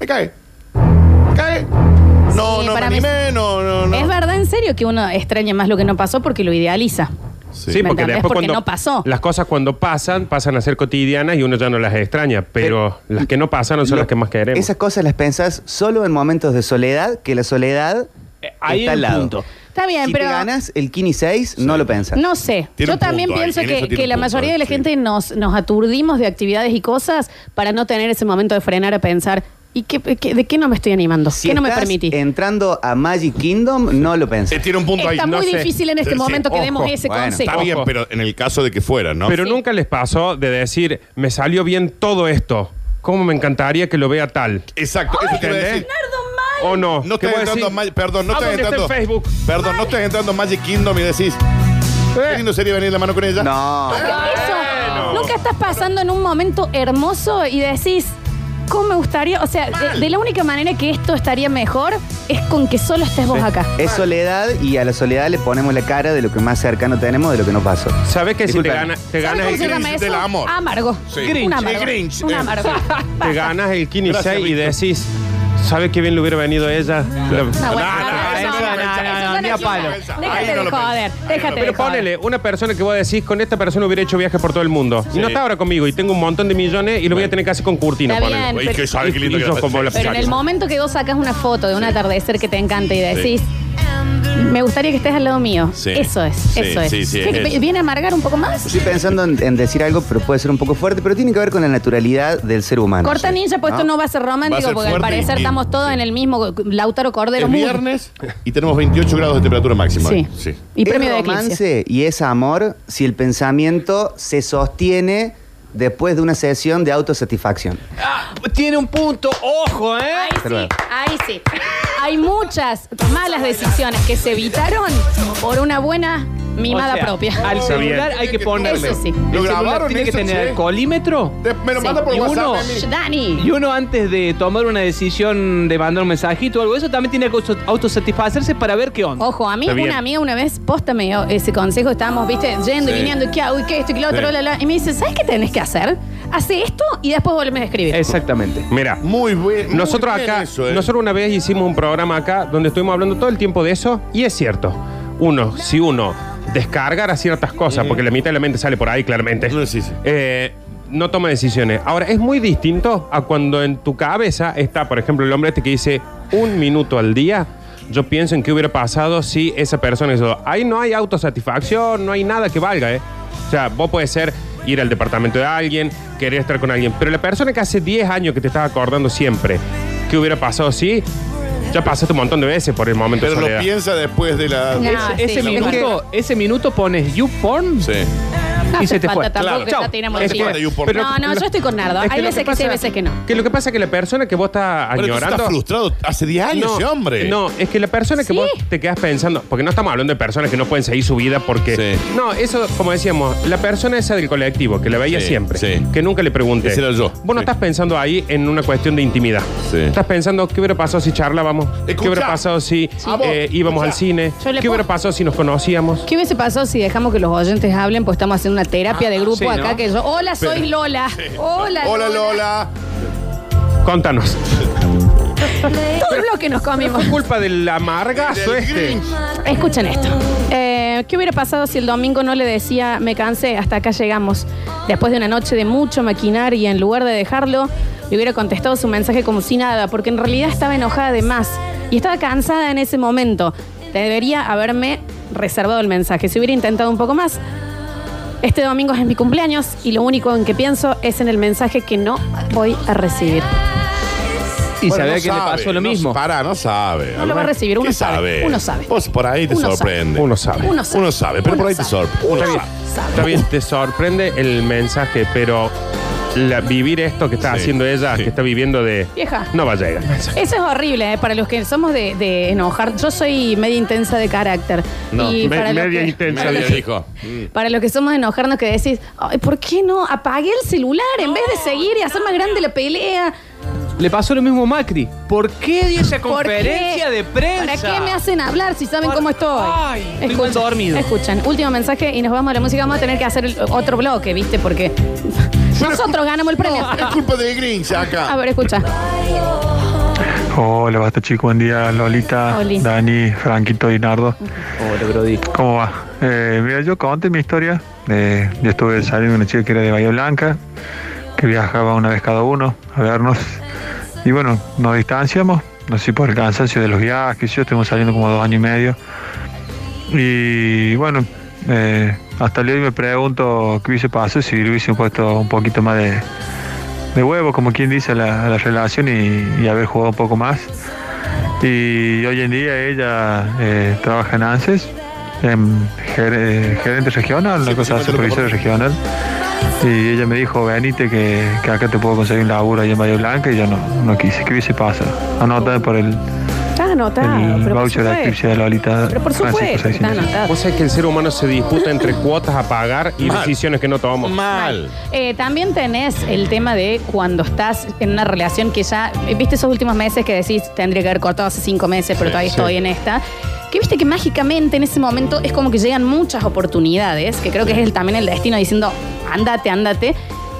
Speaker 2: me cae. Me cae. No,
Speaker 1: Sí,
Speaker 2: no me
Speaker 1: para mí
Speaker 2: animé, no, no, no.
Speaker 1: Es verdad, en serio, que uno extraña más lo que no pasó porque lo idealiza.
Speaker 3: Sí,
Speaker 1: ¿Me
Speaker 3: porque
Speaker 1: entendés?
Speaker 3: después
Speaker 1: Porque
Speaker 3: cuando
Speaker 1: no pasó.
Speaker 3: las cosas cuando pasan pasan a ser cotidianas y uno ya no las extraña, pero
Speaker 2: Eh,
Speaker 3: las que no pasaron son
Speaker 7: Lo-
Speaker 3: las que más queremos.
Speaker 7: esas cosas las pensás solo en momentos de soledad, que la soledad
Speaker 4: Eh, ahí
Speaker 7: está al
Speaker 4: el
Speaker 7: lado.
Speaker 4: punto.
Speaker 1: Está bien,
Speaker 7: si
Speaker 1: pero.
Speaker 7: te ganas el Kini 6, no lo pensás.
Speaker 1: No sé.
Speaker 2: Tiene un
Speaker 1: Yo
Speaker 2: punto
Speaker 1: también
Speaker 2: ahí,
Speaker 1: pienso
Speaker 2: en
Speaker 1: que,
Speaker 2: eso tiene
Speaker 1: que
Speaker 2: un
Speaker 1: la
Speaker 2: punto,
Speaker 1: mayoría de la
Speaker 2: sí.
Speaker 1: gente nos, nos aturdimos de actividades y cosas para no tener ese momento de frenar a pensar. ¿Y qué, qué- de qué no me estoy animando?
Speaker 7: si
Speaker 1: ¿Qué no me
Speaker 7: estás
Speaker 1: permití?
Speaker 7: entrando a Magic Kingdom, no lo
Speaker 2: Eh,
Speaker 7: pensás.
Speaker 2: tiene un punto ahí.
Speaker 1: Está
Speaker 2: No
Speaker 1: muy
Speaker 2: sé.
Speaker 1: difícil en este
Speaker 2: Sí, Oh.
Speaker 1: momento que
Speaker 2: ojo.
Speaker 1: demos ese
Speaker 7: Bueno,
Speaker 1: consejo.
Speaker 2: Está bien,
Speaker 3: Ojo.
Speaker 2: pero en el caso de que fuera, ¿no?
Speaker 3: Pero nunca les pasó de decir, me salió bien todo esto. ¿Cómo me encantaría que lo vea tal?
Speaker 2: Exacto, eso te iba a
Speaker 3: ¿Entendés?
Speaker 2: decir.
Speaker 3: ¿O no?
Speaker 2: No
Speaker 3: Oh, ¿Qué voy
Speaker 2: estás
Speaker 3: a
Speaker 2: entrando a
Speaker 3: decir?
Speaker 2: Magic, perdón, no
Speaker 3: ¿A
Speaker 2: estás
Speaker 3: dónde está
Speaker 2: entrando.
Speaker 3: en Facebook?
Speaker 2: Perdón, no estás entrando a Magic Kingdom y decís, qué lindo sería venir la mano con ella.
Speaker 7: No.
Speaker 1: Eso.
Speaker 3: Bueno.
Speaker 1: Nunca estás pasando en un momento hermoso y decís, ¿cómo me gustaría? O sea, de, de la única manera que esto estaría mejor es con que solo estés vos acá.
Speaker 7: Es soledad y a la soledad le ponemos la cara de lo que más cercano tenemos, de lo que no pasó.
Speaker 3: ¿Sabes que si te
Speaker 7: Disculpen.
Speaker 3: ganas, te
Speaker 1: ¿Sabes
Speaker 3: ganas
Speaker 1: cómo
Speaker 3: el,
Speaker 1: se llama
Speaker 2: Grinch
Speaker 1: eso?
Speaker 2: del amor.
Speaker 1: Amargo.
Speaker 2: Sí.
Speaker 1: Un
Speaker 2: Grinch. El
Speaker 1: amargo.
Speaker 2: Grinch.
Speaker 1: Un
Speaker 2: Eh.
Speaker 1: amargo.
Speaker 2: <laughs>
Speaker 3: te ganas el Kini
Speaker 2: Gracias,
Speaker 3: 6 y
Speaker 2: Víctor.
Speaker 3: decís, ¿sabes qué bien le hubiera venido a ella? La- Ah,
Speaker 1: No,
Speaker 2: No,
Speaker 1: bueno,
Speaker 2: no,
Speaker 1: no,
Speaker 2: eso
Speaker 1: no,
Speaker 2: no,
Speaker 1: no,
Speaker 2: no,
Speaker 1: eso
Speaker 2: no,
Speaker 1: no
Speaker 2: ni a
Speaker 1: existe.
Speaker 2: palo. Ahí no
Speaker 1: Déjate
Speaker 2: lo
Speaker 1: de joder,
Speaker 2: pensé.
Speaker 1: déjate de
Speaker 3: Pero
Speaker 1: joder.
Speaker 3: ponele, una persona que vos decís, con esta persona hubiera hecho viajes por todo el mundo. Y
Speaker 2: Sí.
Speaker 3: no está ahora conmigo y tengo un montón de millones y lo voy a tener casi con Curtino.
Speaker 1: Está
Speaker 3: ponele.
Speaker 1: bien.
Speaker 2: Oye, qué sabe, qué lindo
Speaker 3: Y- y
Speaker 2: que
Speaker 3: yo
Speaker 2: la-
Speaker 3: como la-
Speaker 1: Pero en el momento que vos sacas una foto de un
Speaker 2: Sí.
Speaker 1: atardecer que te encanta y decís,
Speaker 2: Sí.
Speaker 1: me gustaría que estés al lado mío.
Speaker 2: Sí.
Speaker 1: Eso es,
Speaker 2: Sí,
Speaker 1: eso es.
Speaker 2: sí, sí,
Speaker 1: ¿Qué-
Speaker 2: es eso.
Speaker 1: ¿Viene a amargar un poco más?
Speaker 7: Estoy pensando en, en decir algo, pero puede ser un poco fuerte, pero tiene que ver con la naturalidad del ser humano.
Speaker 1: Corta ninja, pues esto no va a ser
Speaker 2: Ah. Va a
Speaker 1: romántico,
Speaker 2: ser
Speaker 1: porque al
Speaker 2: fuerte y-
Speaker 1: parecer
Speaker 2: y-
Speaker 1: estamos todos en el mismo Lautaro Cordero
Speaker 2: Es
Speaker 1: Mood.
Speaker 2: viernes y tenemos 28 grados de temperatura máxima.
Speaker 1: Sí.
Speaker 2: sí.
Speaker 1: Y
Speaker 7: Es
Speaker 1: premio de eclipse.
Speaker 7: romance y es amor si el pensamiento se sostiene después de una sesión de autosatisfacción.
Speaker 4: Ah, tiene un punto, ojo, ¿eh?
Speaker 1: Ahí sí, ahí sí. Hay muchas malas decisiones que se evitaron por una buena mimada
Speaker 4: O sea,
Speaker 1: propia.
Speaker 4: Al
Speaker 2: Está
Speaker 4: celular
Speaker 2: bien.
Speaker 4: hay que ponerle.
Speaker 1: Eso sí.
Speaker 4: El
Speaker 1: ¿Lo
Speaker 4: celular
Speaker 2: grabaron
Speaker 4: tiene que
Speaker 2: eso,
Speaker 4: tener
Speaker 2: che?
Speaker 4: alcoholímetro.
Speaker 2: Te- me lo
Speaker 1: Sí.
Speaker 2: manda por
Speaker 4: Y uno-
Speaker 2: WhatsApp. Emi.
Speaker 1: Dani.
Speaker 4: Y uno antes de tomar una decisión de mandar un mensajito o algo, eso también tiene que auto- autosatisfacerse para ver qué onda.
Speaker 1: Ojo, a mí
Speaker 3: Está bien.
Speaker 1: una amiga una vez posta me dio ese consejo, estábamos, viste, yendo y
Speaker 2: Sí.
Speaker 1: viniendo, y qué hago, y qué esto, y qué lo otro,
Speaker 2: Sí.
Speaker 1: la, la. y me dice, ¿sabes qué tenés que hacer? Hace esto y después volveme a escribir.
Speaker 4: Exactamente.
Speaker 3: Mira,
Speaker 2: Muy eh. bueno.
Speaker 3: Nosotros acá, nosotros una vez hicimos un programa acá donde estuvimos hablando todo el tiempo de eso y es cierto. Uno, si uno descargara ciertas cosas, porque la mitad de la mente sale por ahí claramente,
Speaker 2: No, Mm. sí, sí.
Speaker 3: eh, no toma decisiones. Ahora, es muy distinto a cuando en tu cabeza está, por ejemplo, el hombre este que dice un minuto al día. Yo pienso en qué hubiera pasado si esa persona hizo. Ahí no hay autosatisfacción, no hay nada que valga, ¿eh? O sea, vos puedes ser ir al departamento de alguien, querer estar con alguien. Pero la persona que hace 10 años que te estás acordando siempre, ¿qué hubiera pasado si? Ya pasaste un montón de veces por el momento
Speaker 2: Pero
Speaker 3: de
Speaker 2: lo
Speaker 3: soledad.
Speaker 2: piensa después de la.
Speaker 1: No. Ah,
Speaker 4: ese,
Speaker 1: sí, sí,
Speaker 4: minuto, ese minuto pones you porn
Speaker 2: Sí.
Speaker 1: No
Speaker 4: y
Speaker 1: hace
Speaker 4: se te
Speaker 1: falta
Speaker 4: fue.
Speaker 1: tampoco
Speaker 2: Claro.
Speaker 1: que
Speaker 4: Chau.
Speaker 1: ya tenemos
Speaker 2: Es
Speaker 1: el
Speaker 2: que-
Speaker 1: tiempo.
Speaker 2: Hay un porno.
Speaker 1: No, no, yo estoy con Nardo.
Speaker 3: Es que
Speaker 1: Hay
Speaker 3: lo
Speaker 1: veces que sí, hay veces que no.
Speaker 3: Que lo que pasa es que la persona que vos estás
Speaker 2: Pero tú
Speaker 3: añorando.
Speaker 2: estás frustrado hace 10 años, ese hombre.
Speaker 3: No, es que la persona que
Speaker 1: Sí.
Speaker 3: vos te quedas pensando, porque no estamos hablando de personas que no pueden seguir su vida porque.
Speaker 2: Sí.
Speaker 3: No, eso, como decíamos, la persona esa del colectivo, que la veía
Speaker 2: Sí,
Speaker 3: siempre,
Speaker 2: sí.
Speaker 3: que nunca le pregunté.
Speaker 2: Ese era yo.
Speaker 3: Vos no
Speaker 2: Sí.
Speaker 3: estás pensando ahí en una cuestión de intimidad.
Speaker 2: Sí.
Speaker 3: Estás pensando, ¿qué hubiera pasado si charlábamos? ¿Qué
Speaker 2: Escuchá.
Speaker 3: hubiera pasado si
Speaker 2: A vos,
Speaker 3: eh, íbamos
Speaker 2: escuchá.
Speaker 3: al cine?
Speaker 1: Yo le
Speaker 3: ¿Qué hubiera
Speaker 1: pongo-
Speaker 3: pasado si nos conocíamos?
Speaker 1: ¿Qué hubiese pasado si dejamos que los oyentes hablen? Pues estamos haciendo una terapia de grupo
Speaker 4: Ah, sí, ¿no?
Speaker 1: acá que yo. Hola, soy
Speaker 2: Pero-
Speaker 4: <laughs>
Speaker 1: Lola. Hola,
Speaker 2: Hola Lola.
Speaker 1: <laughs>
Speaker 3: Contanos.
Speaker 1: Todo lo que
Speaker 2: <laughs>
Speaker 1: nos comimos.
Speaker 3: ¿Es culpa del amargazo
Speaker 2: Del
Speaker 3: este?
Speaker 2: Grinch.
Speaker 1: Escuchen esto. Eh, ¿Qué hubiera pasado si el domingo no le decía, me cansé, hasta acá llegamos? Después de una noche de mucho maquinar y en lugar de dejarlo, le hubiera contestado su mensaje como si nada, porque en realidad estaba enojada de más y estaba cansada en ese momento. Debería haberme reservado el mensaje. Si hubiera intentado un poco más, este domingo es mi cumpleaños y lo único en que pienso es en el mensaje que no voy a recibir.
Speaker 4: Y
Speaker 2: Bueno,
Speaker 4: sabía
Speaker 2: no
Speaker 4: que le
Speaker 2: sabe,
Speaker 4: pasó lo
Speaker 2: no-
Speaker 4: mismo.
Speaker 2: Pará, no sabe.
Speaker 1: No lo va a recibir, uno
Speaker 2: ¿Qué
Speaker 1: sabe, uno sabe.
Speaker 2: Vos por ahí te
Speaker 1: Uno sabe.
Speaker 2: sorprende.
Speaker 3: Uno sabe.
Speaker 1: Uno sabe.
Speaker 2: Uno sabe, pero
Speaker 1: Uno
Speaker 2: por ahí te
Speaker 1: sabe.
Speaker 2: sorprende. Uno
Speaker 3: Está bien,
Speaker 1: sabe.
Speaker 3: está bien, te sorprende el mensaje, pero la- vivir esto que está
Speaker 2: Sí,
Speaker 3: haciendo ella,
Speaker 2: sí.
Speaker 3: que está viviendo de...
Speaker 1: Vieja.
Speaker 3: No va a llegar el mensaje.
Speaker 1: Eso es horrible, ¿eh? para los que somos de, de enojar. Yo soy media intensa de carácter.
Speaker 2: No,
Speaker 1: y para los que-
Speaker 2: sabe. Media dijo. Mm.
Speaker 1: Para los que somos de enojarnos que decís, "Ay, ¿por qué no? Apagué el celular en vez de seguir y hacer más grande la pelea.
Speaker 4: Le pasó lo mismo a Macri. ¿Por qué dio esa
Speaker 1: ¿Por qué?
Speaker 4: conferencia de prensa?
Speaker 1: ¿Para qué me hacen hablar si saben
Speaker 4: Por-
Speaker 1: cómo estoy?
Speaker 4: Ay, estoy mal dormido.
Speaker 1: Escuchan, último mensaje y nos vamos a la música. Vamos a tener que hacer el- otro bloque,
Speaker 2: <laughs>
Speaker 1: ¿viste? Porque nosotros ganamos el premio.
Speaker 2: Es culpa de Grinch
Speaker 1: A
Speaker 2: acá.
Speaker 1: ver, escucha.
Speaker 8: Hola, basta chico, buen día Lolita,
Speaker 1: Oli.
Speaker 8: Dani, Franquito y Nardo.
Speaker 4: Hola, Brody.
Speaker 8: ¿Cómo va? Eh, mira, yo conté mi historia. Eh, yo estuve saliendo con una chica que era de Bahía Blanca, que viajaba una vez cada uno a vernos. Y bueno, nos distanciamos, no sé si por el cansancio de los viajes, yo estuvimos saliendo como dos años y medio. Y bueno, eh, hasta el día de hoy me pregunto qué hubiese pasado si le hubiese puesto un poquito más de, de huevo, como quien dice, a la, a la relación y- y haber jugado un poco más. Y hoy en día ella eh, trabaja en ANSES, en ger- eh, gerente regional,
Speaker 2: Sí,
Speaker 8: una cosa,
Speaker 2: sí,
Speaker 8: así,
Speaker 2: me acuerdo.
Speaker 8: supervisora regional. Y ella me dijo, venite que, que acá te puedo conseguir un laburo allá en Bahía Blanca y yo no, no quise. ¿Qué hubiese pasado? Anotame por el,
Speaker 1: Ah, Está anotado.
Speaker 8: el
Speaker 1: pero, por
Speaker 8: voucher de
Speaker 1: supuesto.
Speaker 8: eclipse de Lolita.
Speaker 2: Ah,
Speaker 1: pero por
Speaker 2: pues,
Speaker 8: Francisco
Speaker 1: supuesto, está
Speaker 8: Seixas.
Speaker 1: anotado.
Speaker 3: Vos sabés que el ser humano se disputa
Speaker 2: <laughs>
Speaker 3: entre cuotas a pagar y
Speaker 2: Mal.
Speaker 3: decisiones que no tomamos.
Speaker 2: Mal.
Speaker 1: Eh, también tenés el tema de cuando estás en una relación que ya, eh, viste esos últimos meses que decís, tendría que haber cortado hace cinco meses, pero
Speaker 2: Sí,
Speaker 1: todavía
Speaker 3: sí.
Speaker 1: estoy en esta. Que viste que mágicamente en ese momento es como que llegan muchas oportunidades, que creo que es el- también el destino diciendo, andate, andate.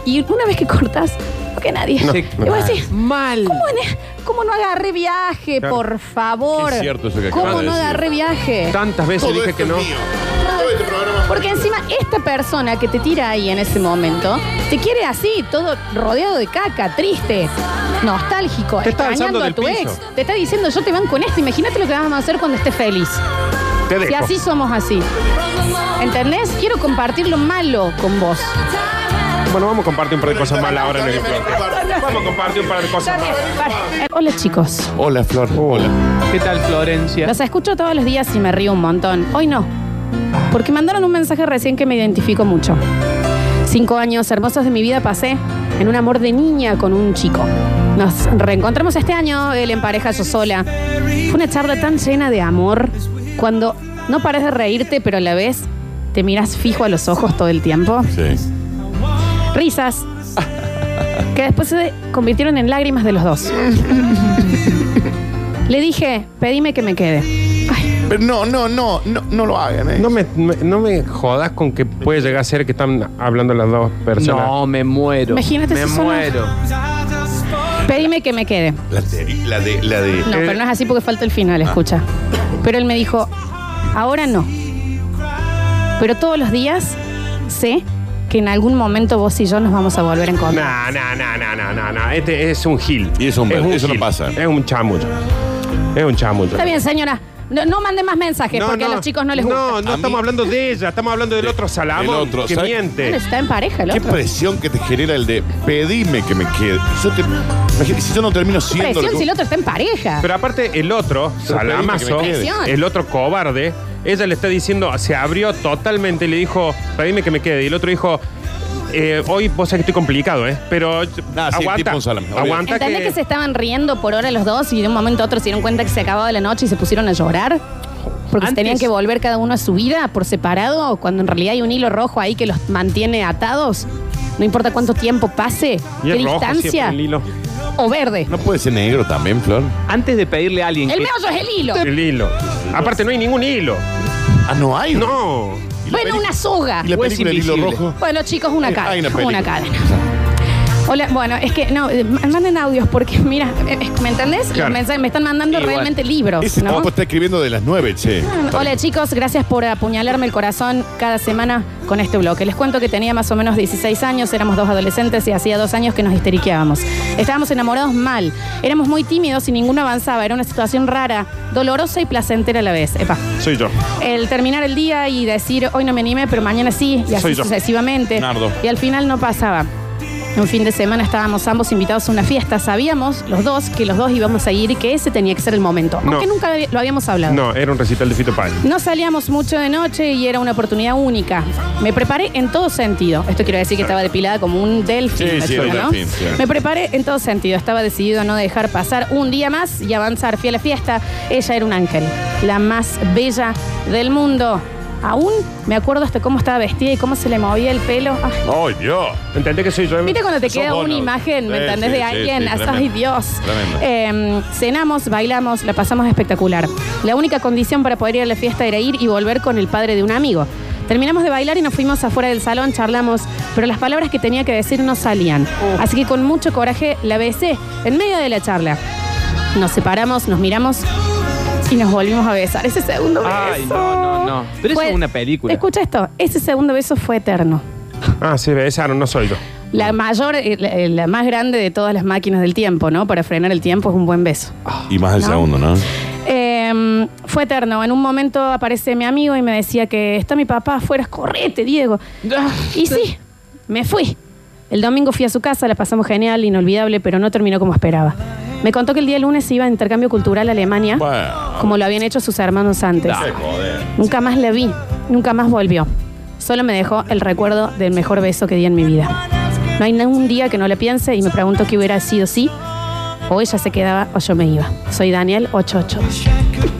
Speaker 1: Y una vez que cortas, no que nadie.
Speaker 3: No.
Speaker 1: Y vos decís,
Speaker 4: Mal.
Speaker 1: ¿cómo, en- e-, cómo no agarré viaje,
Speaker 3: Claro.
Speaker 1: por favor?
Speaker 2: Es cierto eso que acabas
Speaker 1: ¿Cómo
Speaker 2: de
Speaker 1: no
Speaker 2: decir.
Speaker 1: agarré viaje?
Speaker 3: Tantas veces
Speaker 2: Todo
Speaker 3: dije
Speaker 2: esto
Speaker 3: que
Speaker 2: es
Speaker 3: no.
Speaker 2: mío. Todo este programa.
Speaker 1: Porque encima esta persona que te tira ahí en ese momento, te quiere así, todo rodeado de caca, triste, nostálgico,
Speaker 3: Te está
Speaker 1: extrañando
Speaker 3: alzando
Speaker 1: a
Speaker 3: del
Speaker 1: tu
Speaker 3: piso.
Speaker 1: ex. Te está diciendo, yo te van con esto, imagínate lo que vamos a hacer cuando estés feliz.
Speaker 3: Te
Speaker 1: Si
Speaker 3: dejo.
Speaker 1: así somos así. ¿Entendés? Quiero compartir lo malo con vos.
Speaker 3: Bueno, vamos a compartir un par de cosas malas ahora en el
Speaker 2: Dale,
Speaker 3: bloque.
Speaker 2: dale, dale.
Speaker 3: Vamos a compartir un par de cosas malas.
Speaker 1: Vale. Hola chicos,
Speaker 2: Hola, Flor. Hola.
Speaker 4: ¿Qué tal, Florencia?
Speaker 1: los escucho todos los días y me río un montón. Hoy no, porque mandaron un mensaje recién que me identifico mucho. Cinco años hermosos de mi vida pasé en un amor de niña con un chico. Nos reencontramos este año, él en pareja, yo sola. Fue una charla tan llena de amor, cuando no paras de reírte, pero a la vez te miras fijo a los ojos todo el tiempo.
Speaker 2: Sí.
Speaker 1: Risas, que después se convirtieron en lágrimas de los dos. Le dije, pedime que me quede.
Speaker 2: Pero no, no, no, no, no lo hagan, ¿eh?
Speaker 3: No me, me- no me jodas con que puede llegar a ser que están hablando las dos personas.
Speaker 4: No, me muero.
Speaker 1: Imagínate
Speaker 4: Me
Speaker 1: si son-
Speaker 4: muero.
Speaker 1: Pedime que me quede.
Speaker 2: La de, la de, la de.
Speaker 1: No, pero no es así porque falta el final, escucha. Pero él me dijo, ahora no. Pero todos los días sé que en algún momento vos y yo nos vamos a volver a encontrar.
Speaker 3: No, no, no, no, no, no, no. Este es un gil.
Speaker 2: Y es un ver- eso no
Speaker 3: gil.
Speaker 2: pasa.
Speaker 3: Es un chamullo. Es un chamullo.
Speaker 1: Está bien, señora. No, no mande más mensajes porque a los chicos no les gusta.
Speaker 3: No,
Speaker 1: No,
Speaker 3: no
Speaker 2: A
Speaker 3: estamos
Speaker 2: mí-
Speaker 3: hablando de ella, estamos hablando del otro salamón
Speaker 2: Del otro,
Speaker 3: que
Speaker 2: ¿sabes?
Speaker 3: miente.
Speaker 1: Está en pareja el
Speaker 2: Qué
Speaker 1: otro.
Speaker 2: presión que te genera el de pedime que me quede. Yo te, imagínate, si yo no termino siendo. lo
Speaker 1: Presión
Speaker 2: que-
Speaker 1: si el otro está en pareja.
Speaker 3: Pero aparte, el otro,
Speaker 2: Pero
Speaker 3: salamazo,
Speaker 2: pedime que
Speaker 1: me quede.
Speaker 3: el otro cobarde, ella le está diciendo, se abrió totalmente y le dijo, pedime que me quede. Y el otro dijo, eh, hoy vos sabés que estoy complicado, ¿eh? Pero
Speaker 2: Nah, Ah, sí,
Speaker 3: aguanta,
Speaker 2: tipo un salame, obvio.
Speaker 3: aguanta
Speaker 1: ¿Entendés que... se estaban riendo por hora los dos y de un momento a otro se dieron cuenta que se acababa la noche y se pusieron a llorar? Porque se
Speaker 4: Antes-
Speaker 1: tenían que volver cada uno a su vida por separado, cuando en realidad hay un hilo rojo ahí que los mantiene atados. No importa cuánto tiempo pase,
Speaker 3: Y
Speaker 1: qué
Speaker 3: es rojo siempre
Speaker 1: distancia,
Speaker 3: el hilo.
Speaker 1: o verde.
Speaker 2: No puede ser negro también, Flor.
Speaker 4: Antes de pedirle a alguien
Speaker 1: El
Speaker 4: que...
Speaker 1: meollo es el hilo.
Speaker 3: El hilo. Aparte, no hay ningún hilo.
Speaker 2: Ah, no hay.
Speaker 3: No.
Speaker 2: ¿Y la
Speaker 1: Bueno,
Speaker 2: peli-
Speaker 1: una soga.
Speaker 2: ¿Y la
Speaker 4: o es
Speaker 2: película del hilo
Speaker 4: invisible.
Speaker 2: rojo?
Speaker 1: Bueno, chicos, una
Speaker 2: Hay- hay
Speaker 1: cadena.
Speaker 2: una
Speaker 1: Una,
Speaker 2: película.
Speaker 1: cadena. Hola, bueno, es que no, eh, manden audios porque, mira, eh, ¿me entendés?
Speaker 3: Claro.
Speaker 1: Me, me están mandando
Speaker 4: Y bueno,
Speaker 1: realmente libros.
Speaker 2: Ese
Speaker 1: ¿no?
Speaker 2: tipo está escribiendo de las nueve, che.
Speaker 1: Mm, Hola chicos, gracias por apuñalarme el corazón cada semana con este bloque. Les cuento que tenía más o menos 16 años, éramos dos adolescentes y hacía dos años que nos histeriqueábamos. Estábamos enamorados mal, éramos muy tímidos y ninguno avanzaba, era una situación rara, dolorosa y placentera a la vez. Epa.
Speaker 3: Soy yo.
Speaker 1: El terminar el día y decir hoy no me animé, pero mañana sí, y
Speaker 3: Soy
Speaker 1: así
Speaker 3: yo.
Speaker 1: sucesivamente.
Speaker 2: Nardo.
Speaker 1: Y al final no pasaba. Un fin de semana estábamos ambos invitados a una fiesta. Sabíamos los dos que los dos íbamos a ir y que ese tenía que ser el momento.
Speaker 3: No.
Speaker 1: Aunque nunca lo habíamos hablado.
Speaker 3: No, era un recital de Fito Páez.
Speaker 1: No salíamos mucho de noche y era una oportunidad única. Me preparé en todo sentido. Esto quiero decir que estaba depilada como un delfín.
Speaker 2: Sí,
Speaker 1: la
Speaker 2: sí, era
Speaker 1: chica,
Speaker 2: un
Speaker 1: ¿no?
Speaker 2: delfín, sí.
Speaker 1: Me preparé en todo sentido. Estaba decidido a no dejar pasar un día más y avanzar. Fui a la fiesta. Ella era un ángel, la más bella del mundo. Aún me acuerdo hasta cómo estaba vestida y cómo se le movía el pelo. Ay.
Speaker 2: ¡Oh, Dios!
Speaker 3: ¿Entendés que soy yo?
Speaker 1: Viste cuando te
Speaker 2: Sos
Speaker 1: queda
Speaker 2: vos,
Speaker 1: una
Speaker 2: ¿no?
Speaker 1: imagen, ¿me
Speaker 2: Sí,
Speaker 1: entendés?
Speaker 2: sí,
Speaker 1: de
Speaker 2: sí,
Speaker 1: alguien,
Speaker 2: sí,
Speaker 1: así,
Speaker 2: tremendo.
Speaker 1: ay Dios.
Speaker 2: Tremendo.
Speaker 1: Eh, cenamos, bailamos, la pasamos espectacular. La única condición para poder ir a la fiesta era ir y volver con el padre de un amigo. Terminamos de bailar y nos fuimos afuera del salón, charlamos, pero las palabras que tenía que decir no salían. Así que con mucho coraje la besé en medio de la charla. Nos separamos, nos miramos y nos volvimos a besar. Ese segundo beso.
Speaker 4: Ay, no, no, no. Pero eso
Speaker 1: Fue-
Speaker 4: es una película.
Speaker 1: Escucha esto, ese segundo beso fue eterno.
Speaker 3: Ah, sí, esa no, no soy yo.
Speaker 1: La mayor, eh, la, eh, la más grande de todas las máquinas del tiempo, ¿no? Para frenar el tiempo es un buen beso.
Speaker 2: Y más el
Speaker 1: No.
Speaker 2: segundo, ¿no?
Speaker 1: Eh, fue eterno. En un momento aparece mi amigo y me decía que está mi papá afuera, correte, Diego. Y sí, me fui. El domingo fui a su casa, la pasamos genial, inolvidable, pero no terminó como esperaba. Me contó que el día lunes iba a intercambio cultural a Alemania,
Speaker 2: Bueno.
Speaker 1: como lo habían hecho sus hermanos antes.
Speaker 2: se jode.
Speaker 1: Nunca más le vi, nunca más volvió. Solo me dejó el recuerdo del mejor beso que di en mi vida. No hay ningún día que no le piense y me pregunto qué hubiera sido si o ella se quedaba o yo me iba. Soy Daniel 88.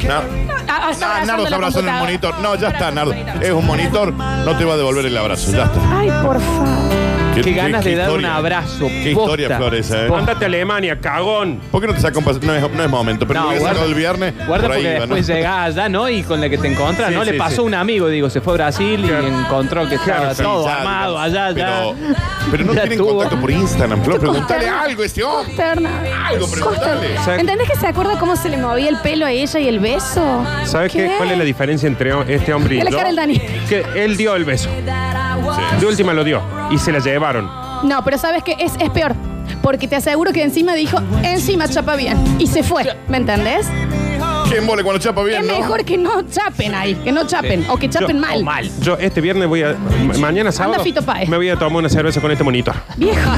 Speaker 2: No.
Speaker 1: Ah, ah, está
Speaker 2: No, Nardo
Speaker 1: abrazando la
Speaker 2: está abrazando el
Speaker 1: computadora.
Speaker 2: monitor. No, ya está, Nardo.
Speaker 1: Abrazando el monitor.
Speaker 2: Es un monitor. No te va a devolver el abrazo. Ya está.
Speaker 1: Ay, por favor.
Speaker 4: Qué ganas de dar un
Speaker 2: historia.
Speaker 4: abrazo.
Speaker 2: Qué historia,
Speaker 4: posta.
Speaker 2: Flores, eh.
Speaker 4: Posta.
Speaker 3: Ándate a Alemania, cagón.
Speaker 2: ¿Por qué no te saca un pas- No es, no es momento, pero
Speaker 4: No,
Speaker 2: no, lo
Speaker 4: guarda-
Speaker 2: sacado el viernes.
Speaker 4: Guarda
Speaker 2: por ahí
Speaker 4: porque
Speaker 2: iba, ¿no?
Speaker 4: después llegás allá, ¿no? Y con la que te encontrás,
Speaker 3: Sí,
Speaker 4: ¿no?
Speaker 3: sí,
Speaker 4: Le pasó
Speaker 3: sí.
Speaker 4: un amigo, digo, se fue a Brasil
Speaker 3: Claro.
Speaker 4: y encontró que estaba
Speaker 3: Claro, sí,
Speaker 4: todo
Speaker 2: Ya,
Speaker 4: armado
Speaker 2: digamos,
Speaker 4: allá, allá.
Speaker 2: Pero, pero no
Speaker 4: Ya
Speaker 2: tienen
Speaker 4: estuvo.
Speaker 2: contacto por Instagram, Flor.
Speaker 1: Estoy
Speaker 2: Preguntale
Speaker 1: consterna.
Speaker 2: algo a este hombre.
Speaker 1: Consterna.
Speaker 2: Algo, preguntale.
Speaker 1: Consterna.
Speaker 3: O sea-
Speaker 1: ¿Entendés que se acuerda cómo se le movía el pelo a ella y el beso?
Speaker 3: ¿Sabes qué? ¿Cuál es la diferencia entre o- este hombre y
Speaker 1: Ah, Dale
Speaker 3: yo?
Speaker 1: cara al Dani.
Speaker 3: Que él dio el beso. De última lo dio. Y se la llevaron.
Speaker 1: No, pero sabes que es, es peor. Porque te aseguro que encima dijo, encima chapa bien. Y se fue. ¿Me entendés?
Speaker 2: ¿Quién vole cuando chapa bien,
Speaker 1: Es
Speaker 2: no?
Speaker 1: mejor que no chapen ahí, que no chapen, o que chapen
Speaker 3: Yo-
Speaker 1: mal.
Speaker 4: o mal.
Speaker 3: Yo este viernes voy a. ma- Mañana sábado.
Speaker 1: Fito Páez.
Speaker 3: Me voy a tomar una cerveza con este monitor.
Speaker 1: Vieja.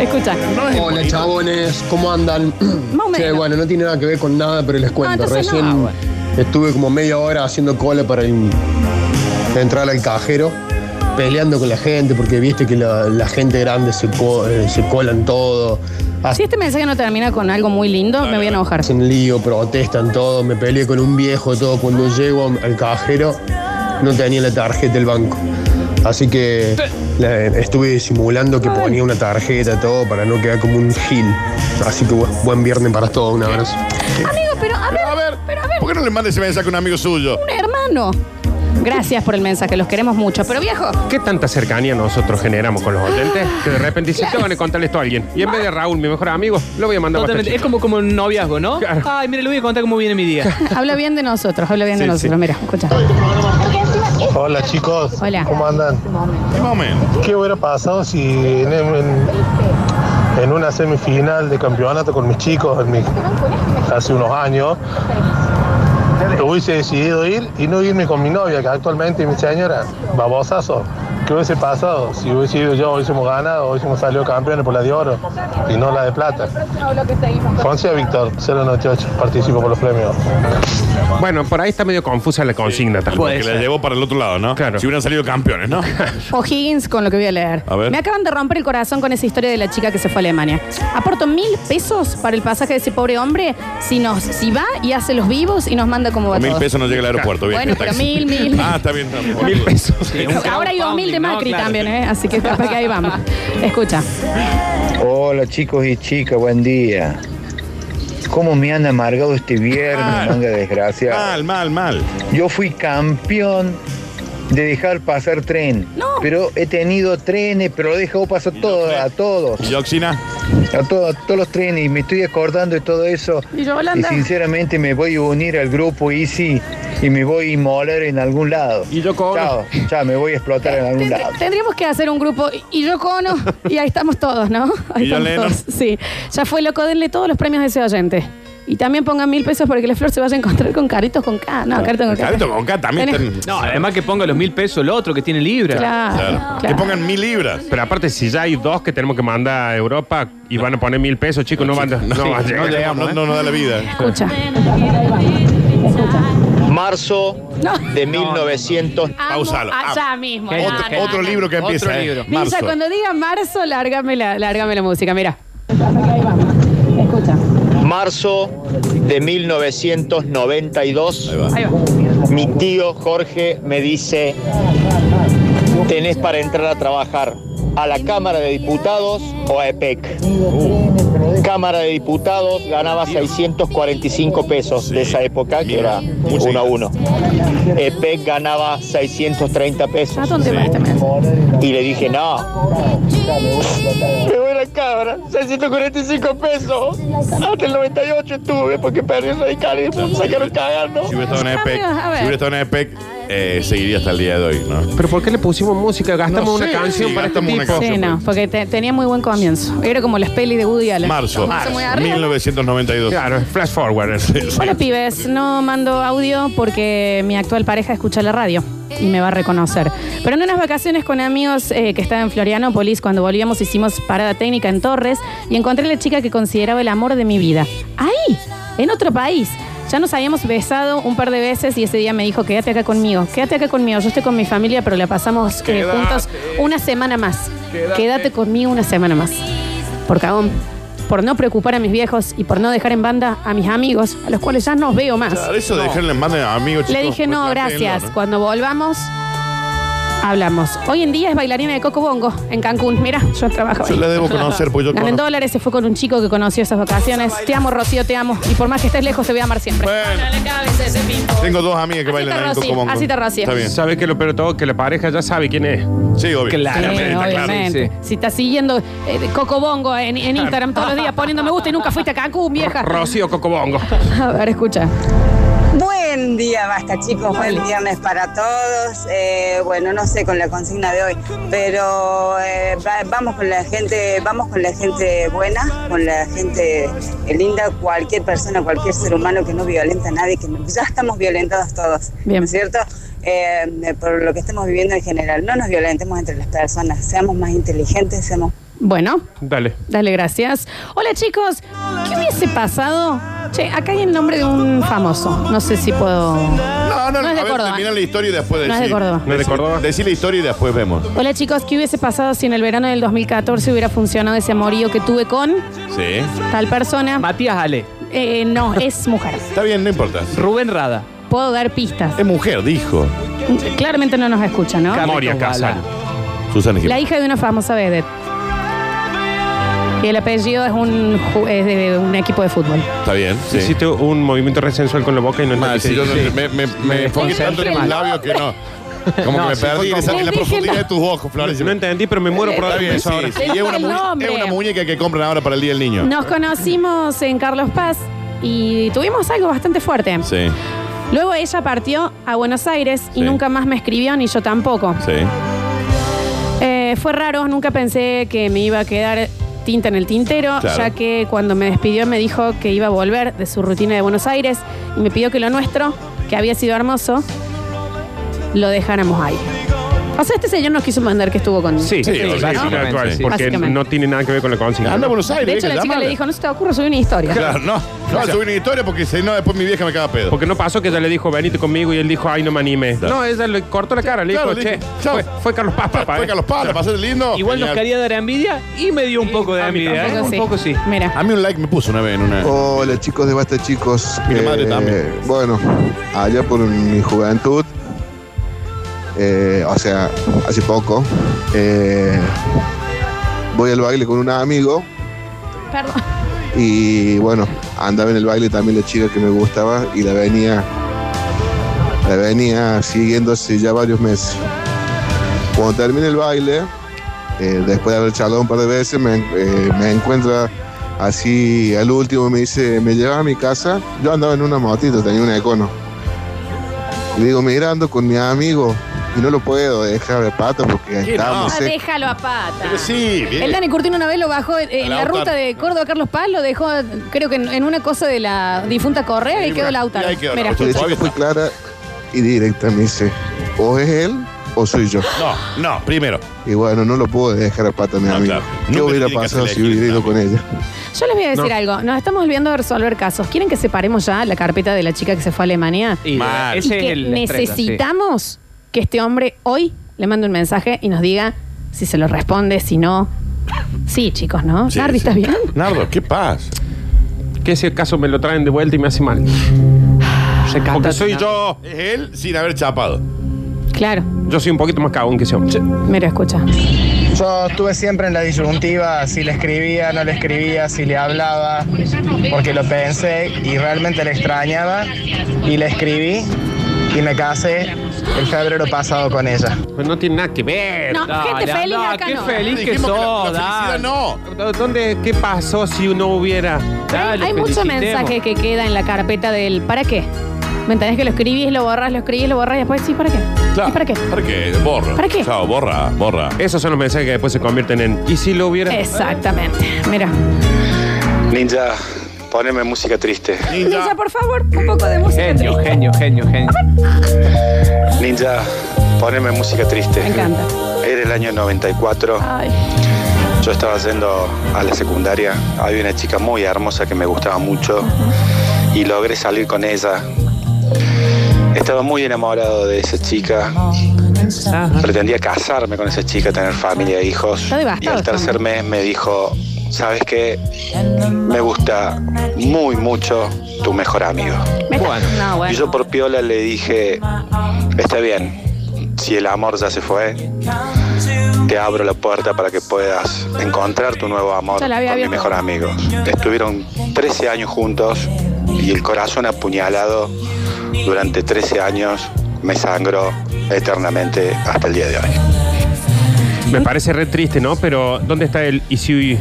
Speaker 1: Escucha.
Speaker 2: No es
Speaker 9: Hola chabones, ¿cómo andan? <clears throat>
Speaker 1: o menos. Ah,
Speaker 9: Che, bueno, no tiene nada que ver con nada, pero les cuento.
Speaker 1: entonces
Speaker 9: Recién
Speaker 1: no, bueno.
Speaker 9: estuve como media hora haciendo cola para in- entrar al cajero, peleando con la gente, porque viste que la, la gente grande se, co- eh, se colan todo,
Speaker 1: Si este mensaje no termina con algo muy lindo, me voy a enojar.
Speaker 9: hacen lío, protestan todo, me peleé con un viejo todo. Cuando llego al cajero no tenía la tarjeta del banco. Así que la- estuve simulando que ponía una tarjeta todo para no quedar como un gil. Así que bu- buen viernes para todos, un abrazo.
Speaker 1: Amigo, pero a ver,
Speaker 2: Pero a ver,
Speaker 1: pero a ver,
Speaker 2: ¿por qué no le mandes ese mensaje a un amigo suyo?
Speaker 1: un hermano. Gracias por el mensaje, los queremos mucho. Pero viejo,
Speaker 3: ¿Qué tanta cercanía nosotros generamos con los oyentes? Que de repente dicen, te van a contarle esto a alguien. Y en vez de Raúl, mi mejor amigo, lo voy a mandar
Speaker 4: Totalmente.
Speaker 3: a
Speaker 4: Es como, como un noviazgo, ¿no?
Speaker 3: Claro.
Speaker 4: Ay, mire, le voy a contar cómo viene mi día.
Speaker 1: <laughs> habla bien de nosotros, habla bien de
Speaker 3: Sí,
Speaker 1: nosotros.
Speaker 3: sí.
Speaker 1: Mira, escucha.
Speaker 10: <laughs> Hola chicos,
Speaker 1: Hola.
Speaker 10: ¿cómo andan?
Speaker 2: Más o menos.
Speaker 10: ¿Qué hubiera pasado si en, en- en una semifinal de campeonato con mis chicos en mi- hace unos años hubiese decidido ir y no irme con mi novia, que actualmente es mi señora, babosazo? ¿Qué hubiese pasado si hubiese ido yo, hubiésemos ganado, hubiésemos salido campeones por la de oro y no la de plata? Francia Víctor, 098, participo por los premios.
Speaker 3: Bueno, por ahí está medio confusa la consigna también.
Speaker 4: Puede
Speaker 2: Que la
Speaker 4: ser.
Speaker 2: llevó para el otro lado, ¿no?
Speaker 3: Claro.
Speaker 2: Si hubieran salido campeones,
Speaker 4: <laughs>
Speaker 2: ¿no?
Speaker 1: O'Higgins con lo que voy a leer.
Speaker 2: A ver.
Speaker 1: Me acaban de romper el corazón con esa historia de la chica que se fue a Alemania. Aporto mil pesos para el pasaje de ese pobre hombre si nos, si va y hace los vivos y nos manda como va
Speaker 2: Con mil
Speaker 1: todo.
Speaker 2: pesos no llega al aeropuerto, bien.
Speaker 1: Bueno, pero mil, mil.
Speaker 2: Ah, está bien. está bien.
Speaker 3: Mil pesos.
Speaker 4: Sí, un
Speaker 1: Ahora hay dos mil
Speaker 4: crowdfunding, ¿no?
Speaker 1: de Macri
Speaker 4: Claro.
Speaker 1: también, ¿eh? Así que capaz que ahí vamos. Escucha.
Speaker 11: Hola chicos y chicas, buen día. ¿Cómo me han amargado este viernes,
Speaker 2: Mal.
Speaker 11: manga de desgracia?
Speaker 2: Mal, mal, mal.
Speaker 11: Yo fui campeón de dejar pasar tren.
Speaker 1: No.
Speaker 11: Pero he tenido trenes, pero lo he dejado pasar todo,
Speaker 2: tren.
Speaker 11: a todos.
Speaker 2: ¿Y Oxina?
Speaker 11: A, todo- a todos los trenes. Y me estoy acordando de todo eso.
Speaker 1: Y yo, Holanda.
Speaker 11: sinceramente me voy a unir al grupo Easy y me voy a inmolar en algún lado.
Speaker 3: Y yo cobro.
Speaker 11: Chao, chao, me voy a explotar en algún
Speaker 1: Tendr-
Speaker 11: lado.
Speaker 1: Tendríamos que hacer un grupo y yo cono y ahí estamos todos, ¿no? Ahí
Speaker 2: Y yo,
Speaker 1: estamos
Speaker 2: Lennon.
Speaker 1: todos. Sí. Ya fue loco, denle todos los premios de ese oyente. Y también pongan mil pesos para que la flor se vaya a encontrar con caritos con K. No, caritos con K.
Speaker 2: Carito con K también.
Speaker 1: Tenés-
Speaker 2: están-
Speaker 4: No, además que ponga los mil pesos el otro que tiene libra.
Speaker 1: Claro,
Speaker 2: Claro. Que
Speaker 1: Ah, claro.
Speaker 2: pongan mil libras.
Speaker 3: Pero aparte, si ya hay dos que tenemos que mandar a Europa y van a poner mil pesos, chicos, no van a. No, van a llegar.
Speaker 2: no, no nos da la vida.
Speaker 1: Escucha.
Speaker 5: Marzo
Speaker 1: No.
Speaker 5: de 1900.
Speaker 2: Pausalo.
Speaker 1: Amo Allá
Speaker 2: Ah,
Speaker 1: mismo.
Speaker 4: Genial.
Speaker 1: No,
Speaker 2: Otro,
Speaker 1: no,
Speaker 2: otro
Speaker 1: no.
Speaker 2: libro que
Speaker 4: Otro
Speaker 2: empieza. ¿eh?
Speaker 4: libro.
Speaker 1: Villa,
Speaker 2: Marzo.
Speaker 1: cuando diga marzo, lárgame la, lárgame la música. Mira.
Speaker 5: Marzo de 1992, mi tío Jorge me dice, tenés para entrar a trabajar a la Cámara de Diputados o a E EPEC. Cámara de Diputados ganaba 645 pesos de esa época, que era uno a uno. E EPEC ganaba 630 pesos.
Speaker 1: ¿A dónde va este mes?
Speaker 5: Y le dije, no. Me voy a la cabra, 645 pesos. Hasta el 98 estuve porque perdí el radical y me sacaron cagando.
Speaker 2: Si hubiera estado en E EPEC,
Speaker 1: Amigos, a ver.
Speaker 2: si hubiera estado en EPEC, eh, seguiría hasta el día de hoy, ¿no?
Speaker 3: ¿Pero por qué le pusimos música? Gastamos
Speaker 2: No
Speaker 3: una
Speaker 2: sé,
Speaker 3: canción
Speaker 2: sí,
Speaker 3: para este
Speaker 2: gastamos una
Speaker 3: tipo.
Speaker 2: canción.
Speaker 1: Sí, no, porque te- tenía muy buen comienzo. Era como las pelis de Woody Allen.
Speaker 2: Marzo,
Speaker 1: Marzo, muy arriba.
Speaker 2: 1992.
Speaker 3: Claro, flash forward.
Speaker 1: Hola pibes, no mando audio porque mi actual pareja escucha la radio y me va a reconocer. Pero en unas vacaciones con amigos eh, que estaban en Florianópolis, cuando volvíamos hicimos parada técnica en Torres y encontré a la chica que consideraba el amor de mi vida. ¡Ahí! En otro país. Ya nos habíamos besado un par de veces y ese día me dijo, quédate acá conmigo, quédate acá conmigo. Yo estoy con mi familia, pero la pasamos eh,
Speaker 2: Quédate.
Speaker 1: juntos una semana más. quédate conmigo una semana más por cagón, por no preocupar a mis viejos y por no dejar en banda a mis amigos, a los cuales ya no veo más.
Speaker 2: Claro, eso de dejarle en mano a amigos chicos,
Speaker 1: Le dije, no,
Speaker 2: replantéenlo,
Speaker 1: gracias.
Speaker 2: ¿no?
Speaker 1: Cuando volvamos, hablamos. Hoy en día es bailarina de Coco Bongo en Cancún. Mira, yo trabajo
Speaker 2: Yo
Speaker 1: ahí.
Speaker 2: la debo conocer, pues yo
Speaker 1: Gané en
Speaker 2: conozco.
Speaker 1: dólares, se fue con un chico que conoció esas vacaciones. Te amo, Rocío, te amo. Y por más que estés lejos, te voy a amar siempre.
Speaker 2: Bueno, tengo dos amigas que
Speaker 1: Así
Speaker 2: bailan
Speaker 1: te
Speaker 2: ahí en
Speaker 1: rocío,
Speaker 2: Cocobongo.
Speaker 1: así te rocío.
Speaker 2: Está bien.
Speaker 3: ¿Sabes que lo peor de todo? Que la pareja ya sabe quién es.
Speaker 2: Sí, obvio.
Speaker 1: Sí,
Speaker 3: Claro,
Speaker 2: Claramente, está claro.
Speaker 1: obviamente.
Speaker 4: sí, sí.
Speaker 1: Si estás siguiendo eh, Coco Bongo en, en Instagram todos los días poniendo me gusta y nunca fuiste a Cancún, vieja.
Speaker 3: Rocío Cocobongo.
Speaker 1: <laughs> A ver, escucha.
Speaker 12: Buen día, basta chicos, buen viernes para todos. Eh, bueno, no sé con la consigna de hoy, pero eh, va- vamos con la gente, vamos con la gente buena, con la gente eh, linda, cualquier persona, cualquier ser humano que no violenta a nadie, que no- ya estamos violentados todos,
Speaker 1: Bien.
Speaker 12: ¿no es cierto? Eh, por lo que estamos viviendo en general, no nos violentemos entre las personas, seamos más inteligentes, seamos
Speaker 1: Bueno,
Speaker 3: Dale.
Speaker 1: Dale, gracias. Hola chicos, ¿qué hubiese pasado? Che, acá hay el nombre de un famoso. No sé si puedo.
Speaker 2: No, no,
Speaker 1: No
Speaker 2: no.
Speaker 1: es de
Speaker 2: A ver,
Speaker 1: Córdoba.
Speaker 2: termina la historia y después
Speaker 1: No es de
Speaker 2: decí-
Speaker 1: Córdoba.
Speaker 3: ¿No es de Córdoba?
Speaker 2: Decí la historia y después vemos.
Speaker 1: Hola chicos, ¿qué hubiese pasado si en el verano del 2014 hubiera funcionado ese amorío que tuve con
Speaker 2: Sí.
Speaker 1: tal persona?
Speaker 4: Matías Ale,
Speaker 1: Eh, no, es mujer.
Speaker 2: Está bien, no importa.
Speaker 4: Rubén Rada,
Speaker 1: Puedo dar pistas.
Speaker 2: Es mujer, dijo.
Speaker 1: Claramente no nos escucha, ¿no?
Speaker 4: Carlitos
Speaker 3: Moria Casal.
Speaker 4: Bala.
Speaker 2: Susana Gil.
Speaker 1: La hija de una famosa vedette. Y el apellido es, un, ju- es de un equipo de fútbol.
Speaker 2: Está bien. Sí.
Speaker 3: Hiciste un movimiento resensual con la boca y no
Speaker 2: Mal,
Speaker 3: entendiste.
Speaker 2: si yo no- me, me, me enfoqué tanto en mis
Speaker 1: mal.
Speaker 2: labios que no. Como
Speaker 4: No,
Speaker 2: que me
Speaker 4: sí,
Speaker 2: perdí en, esa- en la
Speaker 1: Les dije
Speaker 2: profundidad
Speaker 1: no.
Speaker 2: de tus ojos,
Speaker 3: Florencia,
Speaker 2: Florencia.
Speaker 3: no entendí, pero me muero por
Speaker 2: Está
Speaker 3: otra
Speaker 2: bien,
Speaker 3: vez
Speaker 2: sí,
Speaker 3: ahora.
Speaker 2: sí. Y es, una
Speaker 1: El
Speaker 2: mu-
Speaker 1: nombre.
Speaker 2: es una muñeca que compran ahora para el Día del Niño.
Speaker 1: Nos conocimos en Carlos Paz y tuvimos algo bastante fuerte.
Speaker 2: Sí,
Speaker 1: Luego ella partió a Buenos Aires
Speaker 2: Sí.
Speaker 1: y nunca más me escribió ni yo tampoco.
Speaker 2: sí.
Speaker 1: Eh, fue raro, nunca pensé que me iba a quedar tinta en el tintero,
Speaker 2: Claro.
Speaker 1: ya que cuando me despidió me dijo que iba a volver de su rutina de Buenos Aires y me pidió que lo nuestro, que había sido hermoso, lo dejáramos ahí. O sea, este señor nos quiso mandar que estuvo con...
Speaker 3: Sí, sí,
Speaker 2: Sí,
Speaker 3: sí,
Speaker 2: básicamente,
Speaker 3: tal cual,
Speaker 2: sí.
Speaker 3: Porque
Speaker 1: Básicamente.
Speaker 3: no tiene nada que ver con la consigna.
Speaker 2: Anda a Buenos Aires.
Speaker 1: De hecho,
Speaker 2: vieja,
Speaker 1: la chica
Speaker 2: llámala.
Speaker 1: le dijo, no se te ocurra subir una historia.
Speaker 2: Claro, no. No, subí una historia porque si no, después mi vieja me caga pedo.
Speaker 3: Porque no pasó que ella le dijo, venite conmigo, y él dijo, ay, no me animé.
Speaker 2: Claro.
Speaker 3: No, ella le cortó la cara, le dijo,
Speaker 2: Claro, le
Speaker 3: che,
Speaker 2: dijo, chao.
Speaker 3: fue, fue Carlos Paz, papá.
Speaker 2: Fue
Speaker 3: eh".
Speaker 2: Carlos Paz, la pasaste lindo.
Speaker 4: Igual nos
Speaker 2: Genial.
Speaker 4: quería dar envidia y me dio un poco de
Speaker 3: a mí
Speaker 4: envidia. ¿eh?
Speaker 1: Algo
Speaker 4: Un poco sí.
Speaker 1: Mira.
Speaker 2: A mí un like me puso una vez en una.
Speaker 13: Hola chicos de Basta Chicos. Eh,
Speaker 2: Mi madre también.
Speaker 13: Bueno, allá por mi juventud, eh, o sea, hace poco, eh, voy al baile con un amigo
Speaker 1: Perdón.
Speaker 13: y bueno, andaba en el baile también la chica que me gustaba y la venía, la venía siguiendo hace ya varios meses. Cuando termina el baile, eh, después de haber charlado un par de veces, me, eh, me encuentra así al último, me dice, me lleva a mi casa, yo andaba en una motito, tenía una econo. Y le digo, mira, ando con mi amigo y no lo puedo dejar de pata porque
Speaker 2: no?
Speaker 13: estábamos
Speaker 1: Ah,
Speaker 13: secos.
Speaker 1: déjalo a pata.
Speaker 2: Pero sí, bien.
Speaker 1: El Dani Curtino una vez lo bajó eh, en la
Speaker 2: Lautaro.
Speaker 1: ruta de Córdoba a Carlos Paz, lo dejó, creo que en, en una cosa de la difunta Correa y
Speaker 2: Sí,
Speaker 1: quedó
Speaker 2: mira,
Speaker 1: Lautaro.
Speaker 2: y ahí quedó
Speaker 1: Mira,
Speaker 2: Lautaro.
Speaker 13: Y la chica fue clara y directa, me dice, o es él o soy yo.
Speaker 2: No, no, primero.
Speaker 13: Y bueno, no lo puedo dejar a pata, mi
Speaker 2: No,
Speaker 13: amigo.
Speaker 2: claro.
Speaker 13: ¿Qué
Speaker 2: Nunca
Speaker 13: hubiera
Speaker 2: tiene que
Speaker 13: pasado
Speaker 2: hacer
Speaker 13: si hubiera ido
Speaker 2: elegir,
Speaker 13: con ella?
Speaker 1: yo les voy a decir algo. Nos estamos volviendo a resolver casos. ¿Quieren que separemos ya la carpeta de la chica que se fue a Alemania?
Speaker 4: Y,
Speaker 2: Mal.
Speaker 1: Y
Speaker 4: ese
Speaker 1: que
Speaker 4: es el estreno, sí.
Speaker 1: necesitamos que este hombre hoy le mande un mensaje y nos diga si se lo responde, si no. Sí, chicos, ¿no?
Speaker 2: Sí,
Speaker 1: Nardi,
Speaker 2: sí.
Speaker 1: ¿estás bien?
Speaker 2: Nardo, ¿qué pasa?
Speaker 3: que si acaso me lo traen de vuelta y me hace mal. Porque soy yo.
Speaker 2: Es él sin haber chapado.
Speaker 1: Claro,
Speaker 3: Yo soy un poquito más cagón que ese hombre.
Speaker 1: mira, escucha.
Speaker 14: Yo estuve siempre en la disyuntiva, si le escribía, no le escribía, si le hablaba, porque lo pensé y realmente le extrañaba y le escribí y me casé el febrero pasado con ella.
Speaker 3: Pues no tiene nada que ver.
Speaker 14: No, gente feliz acá
Speaker 3: qué
Speaker 14: no.
Speaker 3: feliz que
Speaker 14: Dijimos que la- la
Speaker 3: sos.
Speaker 14: felicidad
Speaker 3: dale. ¿Dónde, ¿Qué pasó si no hubiera? Dale,
Speaker 1: Hay mucho
Speaker 3: felicitemos.
Speaker 1: mensaje que queda en la carpeta del ¿para qué? ¿Me entendés que lo escribís, lo borras, lo escribís, lo borras y después sí, ¿para qué? ¿Y para qué?
Speaker 2: ¿Para qué? Borra.
Speaker 1: ¿Para qué?
Speaker 2: Chao, borra, borra.
Speaker 3: Esos son los mensajes que después se convierten en. ¿Y si lo
Speaker 1: Eh.
Speaker 3: hubiera?
Speaker 1: Exactamente. Mira.
Speaker 15: Ninja, poneme música triste.
Speaker 1: Ninja, por favor, un poco de música.
Speaker 4: Genio, genio, genio, genio.
Speaker 15: Ninja, poneme música triste.
Speaker 1: Me encanta.
Speaker 15: Era el año 94.
Speaker 1: Ay.
Speaker 15: Yo estaba yendo a la secundaria. Había una chica muy hermosa que me gustaba mucho y logré salir con ella. Estaba muy enamorado de esa chica. Pretendía casarme con esa chica, tener familia e hijos.
Speaker 1: Está
Speaker 15: Y al
Speaker 1: devastado.
Speaker 15: tercer mes me dijo, ¿sabes qué? Me gusta muy mucho tu mejor amigo.
Speaker 1: Bueno. No,
Speaker 15: Y
Speaker 1: bueno.
Speaker 15: yo por piola le dije, está bien, si el amor ya se fue, te abro la puerta para que puedas encontrar tu nuevo amor
Speaker 1: Ya
Speaker 15: con
Speaker 1: la había
Speaker 15: mi
Speaker 1: abierto.
Speaker 15: mejor amigo. Estuvieron 13 años juntos y el corazón apuñalado durante 13 años me sangró eternamente hasta el día de hoy.
Speaker 3: Me parece re triste, ¿no? Pero ¿dónde está el y si,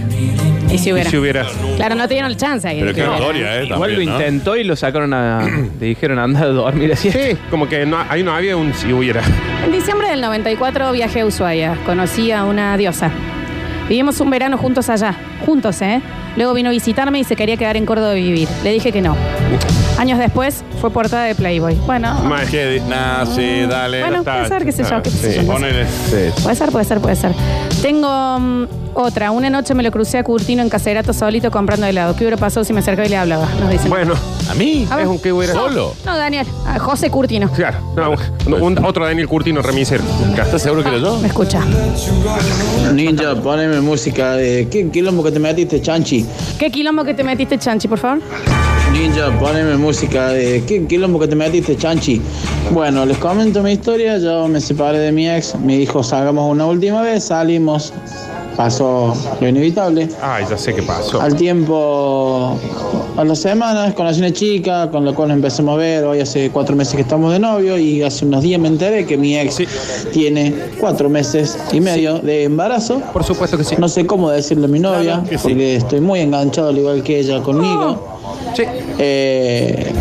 Speaker 1: Y si hubiera. Claro, no te dieron el chance ahí.
Speaker 3: eh,
Speaker 2: eh,
Speaker 4: Igual lo intentó y lo sacaron a. Le dijeron anda a dormir así.
Speaker 3: Sí, como que no, ahí no había un si hubiera.
Speaker 1: En diciembre del 94 viajé a Ushuaia. Conocí a una diosa. Vivimos un verano juntos allá. Juntos, ¿eh? Luego vino a visitarme y se quería quedar en Córdoba y vivir. Le dije que no. Años después fue portada de Playboy. Bueno,
Speaker 2: Más que di- nah, sí, dale.
Speaker 1: Bueno,
Speaker 2: ya está.
Speaker 1: puede ser, qué sé yo,
Speaker 2: Ah,
Speaker 1: qué sé
Speaker 2: sí,
Speaker 1: yo, no sé.
Speaker 2: ponele.
Speaker 1: Puede ser, puede ser, puede ser. Tengo mm, otra. Una noche me lo crucé a Curtino en Caserato solito comprando helado. ¿Qué hubiera pasado si me acercaba y le hablaba? Nos dicen.
Speaker 3: Bueno,
Speaker 2: ¿a mí?
Speaker 1: A ver.
Speaker 3: Es un que hubiera.
Speaker 1: No, No, Daniel. A José Curtino.
Speaker 3: Claro, no,
Speaker 2: pues,
Speaker 3: un- un- otro Daniel Curtino remisero. ¿Estás seguro que lo yo?
Speaker 1: Me escucha.
Speaker 16: Ninja, poneme música de. ¿Qué quilombo que te metiste, Chanchi?
Speaker 1: ¿Qué quilombo que te metiste, Chanchi, por favor?
Speaker 16: Ninja, poneme música de. ¿Qué quilombo que te metiste, Chanchi? Bueno, les comento mi historia. Yo me separé de mi ex. Me dijo, salgamos una última vez. Salimos. Pasó lo inevitable.
Speaker 3: Ay, ya sé qué pasó.
Speaker 16: Al tiempo, a las semanas, conocí una chica con la cual nos empecé a mover. Hoy hace cuatro meses que estamos de novio y hace unos días me enteré que mi ex tiene cuatro meses y medio de embarazo.
Speaker 3: Por supuesto que sí.
Speaker 16: No sé cómo decirle a mi novia, porque estoy muy enganchado, al igual que ella conmigo. Eh,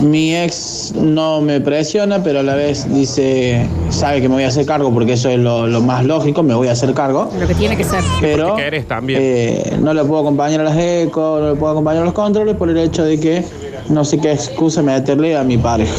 Speaker 16: mi ex no me presiona, pero a la vez dice, sabe que me voy a hacer cargo porque eso es lo, lo más lógico, me voy a hacer cargo.
Speaker 1: Lo que tiene que ser.
Speaker 16: Pero eh, no le puedo acompañar a las ECO, no le puedo acompañar a los controles por el hecho de que no sé qué excusa meterle a mi pareja.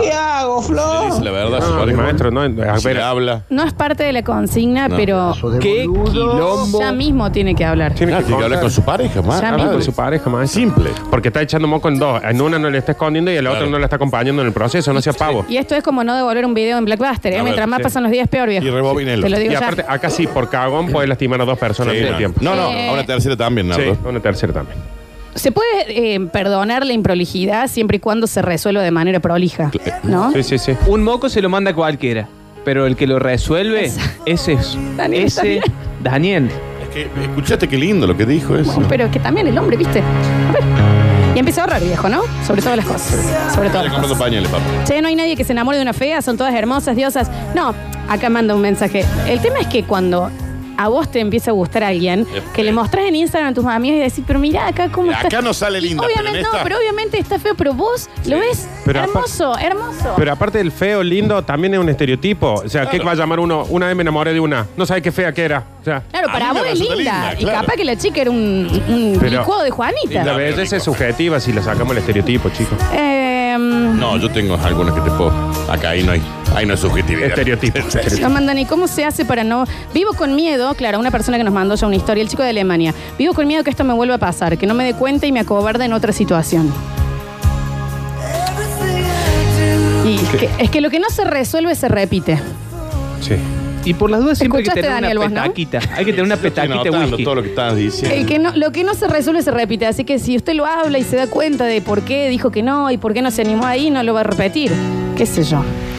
Speaker 16: ¿Qué hago, Flor?
Speaker 2: Dice la verdad,
Speaker 3: No,
Speaker 2: se parece.
Speaker 3: maestro, no, a
Speaker 2: Si le habla.
Speaker 1: No es parte de la consigna,
Speaker 2: No.
Speaker 1: pero.
Speaker 2: Eso de
Speaker 1: ¿Qué quilombo? Ya mismo tiene que hablar.
Speaker 3: Tiene
Speaker 2: Claro, Ah, tiene que hablar con su pareja, más.
Speaker 1: Ya
Speaker 3: Habla
Speaker 1: mismo.
Speaker 3: con su pareja, más.
Speaker 2: Simple.
Speaker 3: Porque está echando moco en dos. En una no le está escondiendo y en la otra no la está acompañando en el proceso. No sea pavo.
Speaker 1: Y esto es como no devolver un video en Blackbuster, ¿eh?
Speaker 3: A ver,
Speaker 1: Mientras más
Speaker 3: sí.
Speaker 1: pasan los días, peor, viejo.
Speaker 3: Y rebobinelo.
Speaker 1: Te lo digo
Speaker 3: y
Speaker 1: ya.
Speaker 3: aparte, acá sí, por cagón puedes lastimar a dos personas
Speaker 2: Sí,
Speaker 3: al mismo
Speaker 2: no.
Speaker 3: tiempo.
Speaker 2: No, no, a una
Speaker 3: tercera también, ¿no? Sí, a una tercera también.
Speaker 1: Se puede eh, perdonar la improlijidad siempre y cuando se resuelva de manera prolija, ¿no?
Speaker 3: Sí, sí.
Speaker 4: Un moco se lo manda cualquiera. Pero el que lo resuelve, ese es.
Speaker 1: Daniel,
Speaker 4: ese, Daniel.
Speaker 1: Daniel.
Speaker 2: Es que, escuchaste qué lindo lo que dijo eso.
Speaker 1: Pero que también el hombre, ¿viste? A ver. Y empieza a ahorrar, viejo, ¿no? Sobre todas las cosas. Sobre todo.
Speaker 2: Está comprando pañales, papá.
Speaker 1: Che, no hay nadie que se enamore de una fea, son todas hermosas, diosas. No, acá manda un mensaje. El tema es que cuando a vos te empieza a gustar alguien, que le mostrás en Instagram a tus amigas y decís, pero mirá acá cómo está.
Speaker 2: Acá no sale
Speaker 1: Y
Speaker 2: linda, pero en
Speaker 1: Obviamente, no,
Speaker 2: esta-
Speaker 1: pero obviamente está feo, pero vos lo ves
Speaker 3: Pero
Speaker 1: hermoso, hermoso.
Speaker 3: Pero aparte del feo, lindo, también es un estereotipo. O sea, ¿qué va a llamar uno? Una vez me enamoré de una. No sabe qué fea que era. O sea,
Speaker 1: Claro, para vos es linda. Y
Speaker 3: claro.
Speaker 1: capaz que la chica era un, un
Speaker 3: Pero-
Speaker 1: licuado de
Speaker 3: Y
Speaker 1: Juanita.
Speaker 3: La belleza es subjetiva si la sacamos el estereotipo, chicos.
Speaker 1: Eh,
Speaker 2: No, yo tengo algunos que te puedo. Acá ahí no hay, ahí no hay subjetividad.
Speaker 3: Estereotipo.
Speaker 1: Nos mandan, ¿y cómo se hace para no...? Vivo con miedo, claro, una persona que nos mandó ya una historia, el chico de Alemania. Vivo con miedo que esto me vuelva a pasar, que no me dé cuenta y me acobarde en otra situación. Y es que, es que lo que no se resuelve se repite.
Speaker 3: Sí.
Speaker 4: Y por las dudas siempre hay que
Speaker 1: Escuchaste,
Speaker 4: tener
Speaker 1: Daniel,
Speaker 4: una
Speaker 1: vos, ¿no?
Speaker 4: petaquita. Hay que tener una petaquita de
Speaker 2: Estoy anotando
Speaker 4: whisky.
Speaker 2: todo lo que estás diciendo.
Speaker 1: El que no- lo que no se resuelve se repite, así que si usted lo habla y se da cuenta de por qué dijo que no y por qué no se animó ahí, no lo va a repetir. ¿Qué sé yo?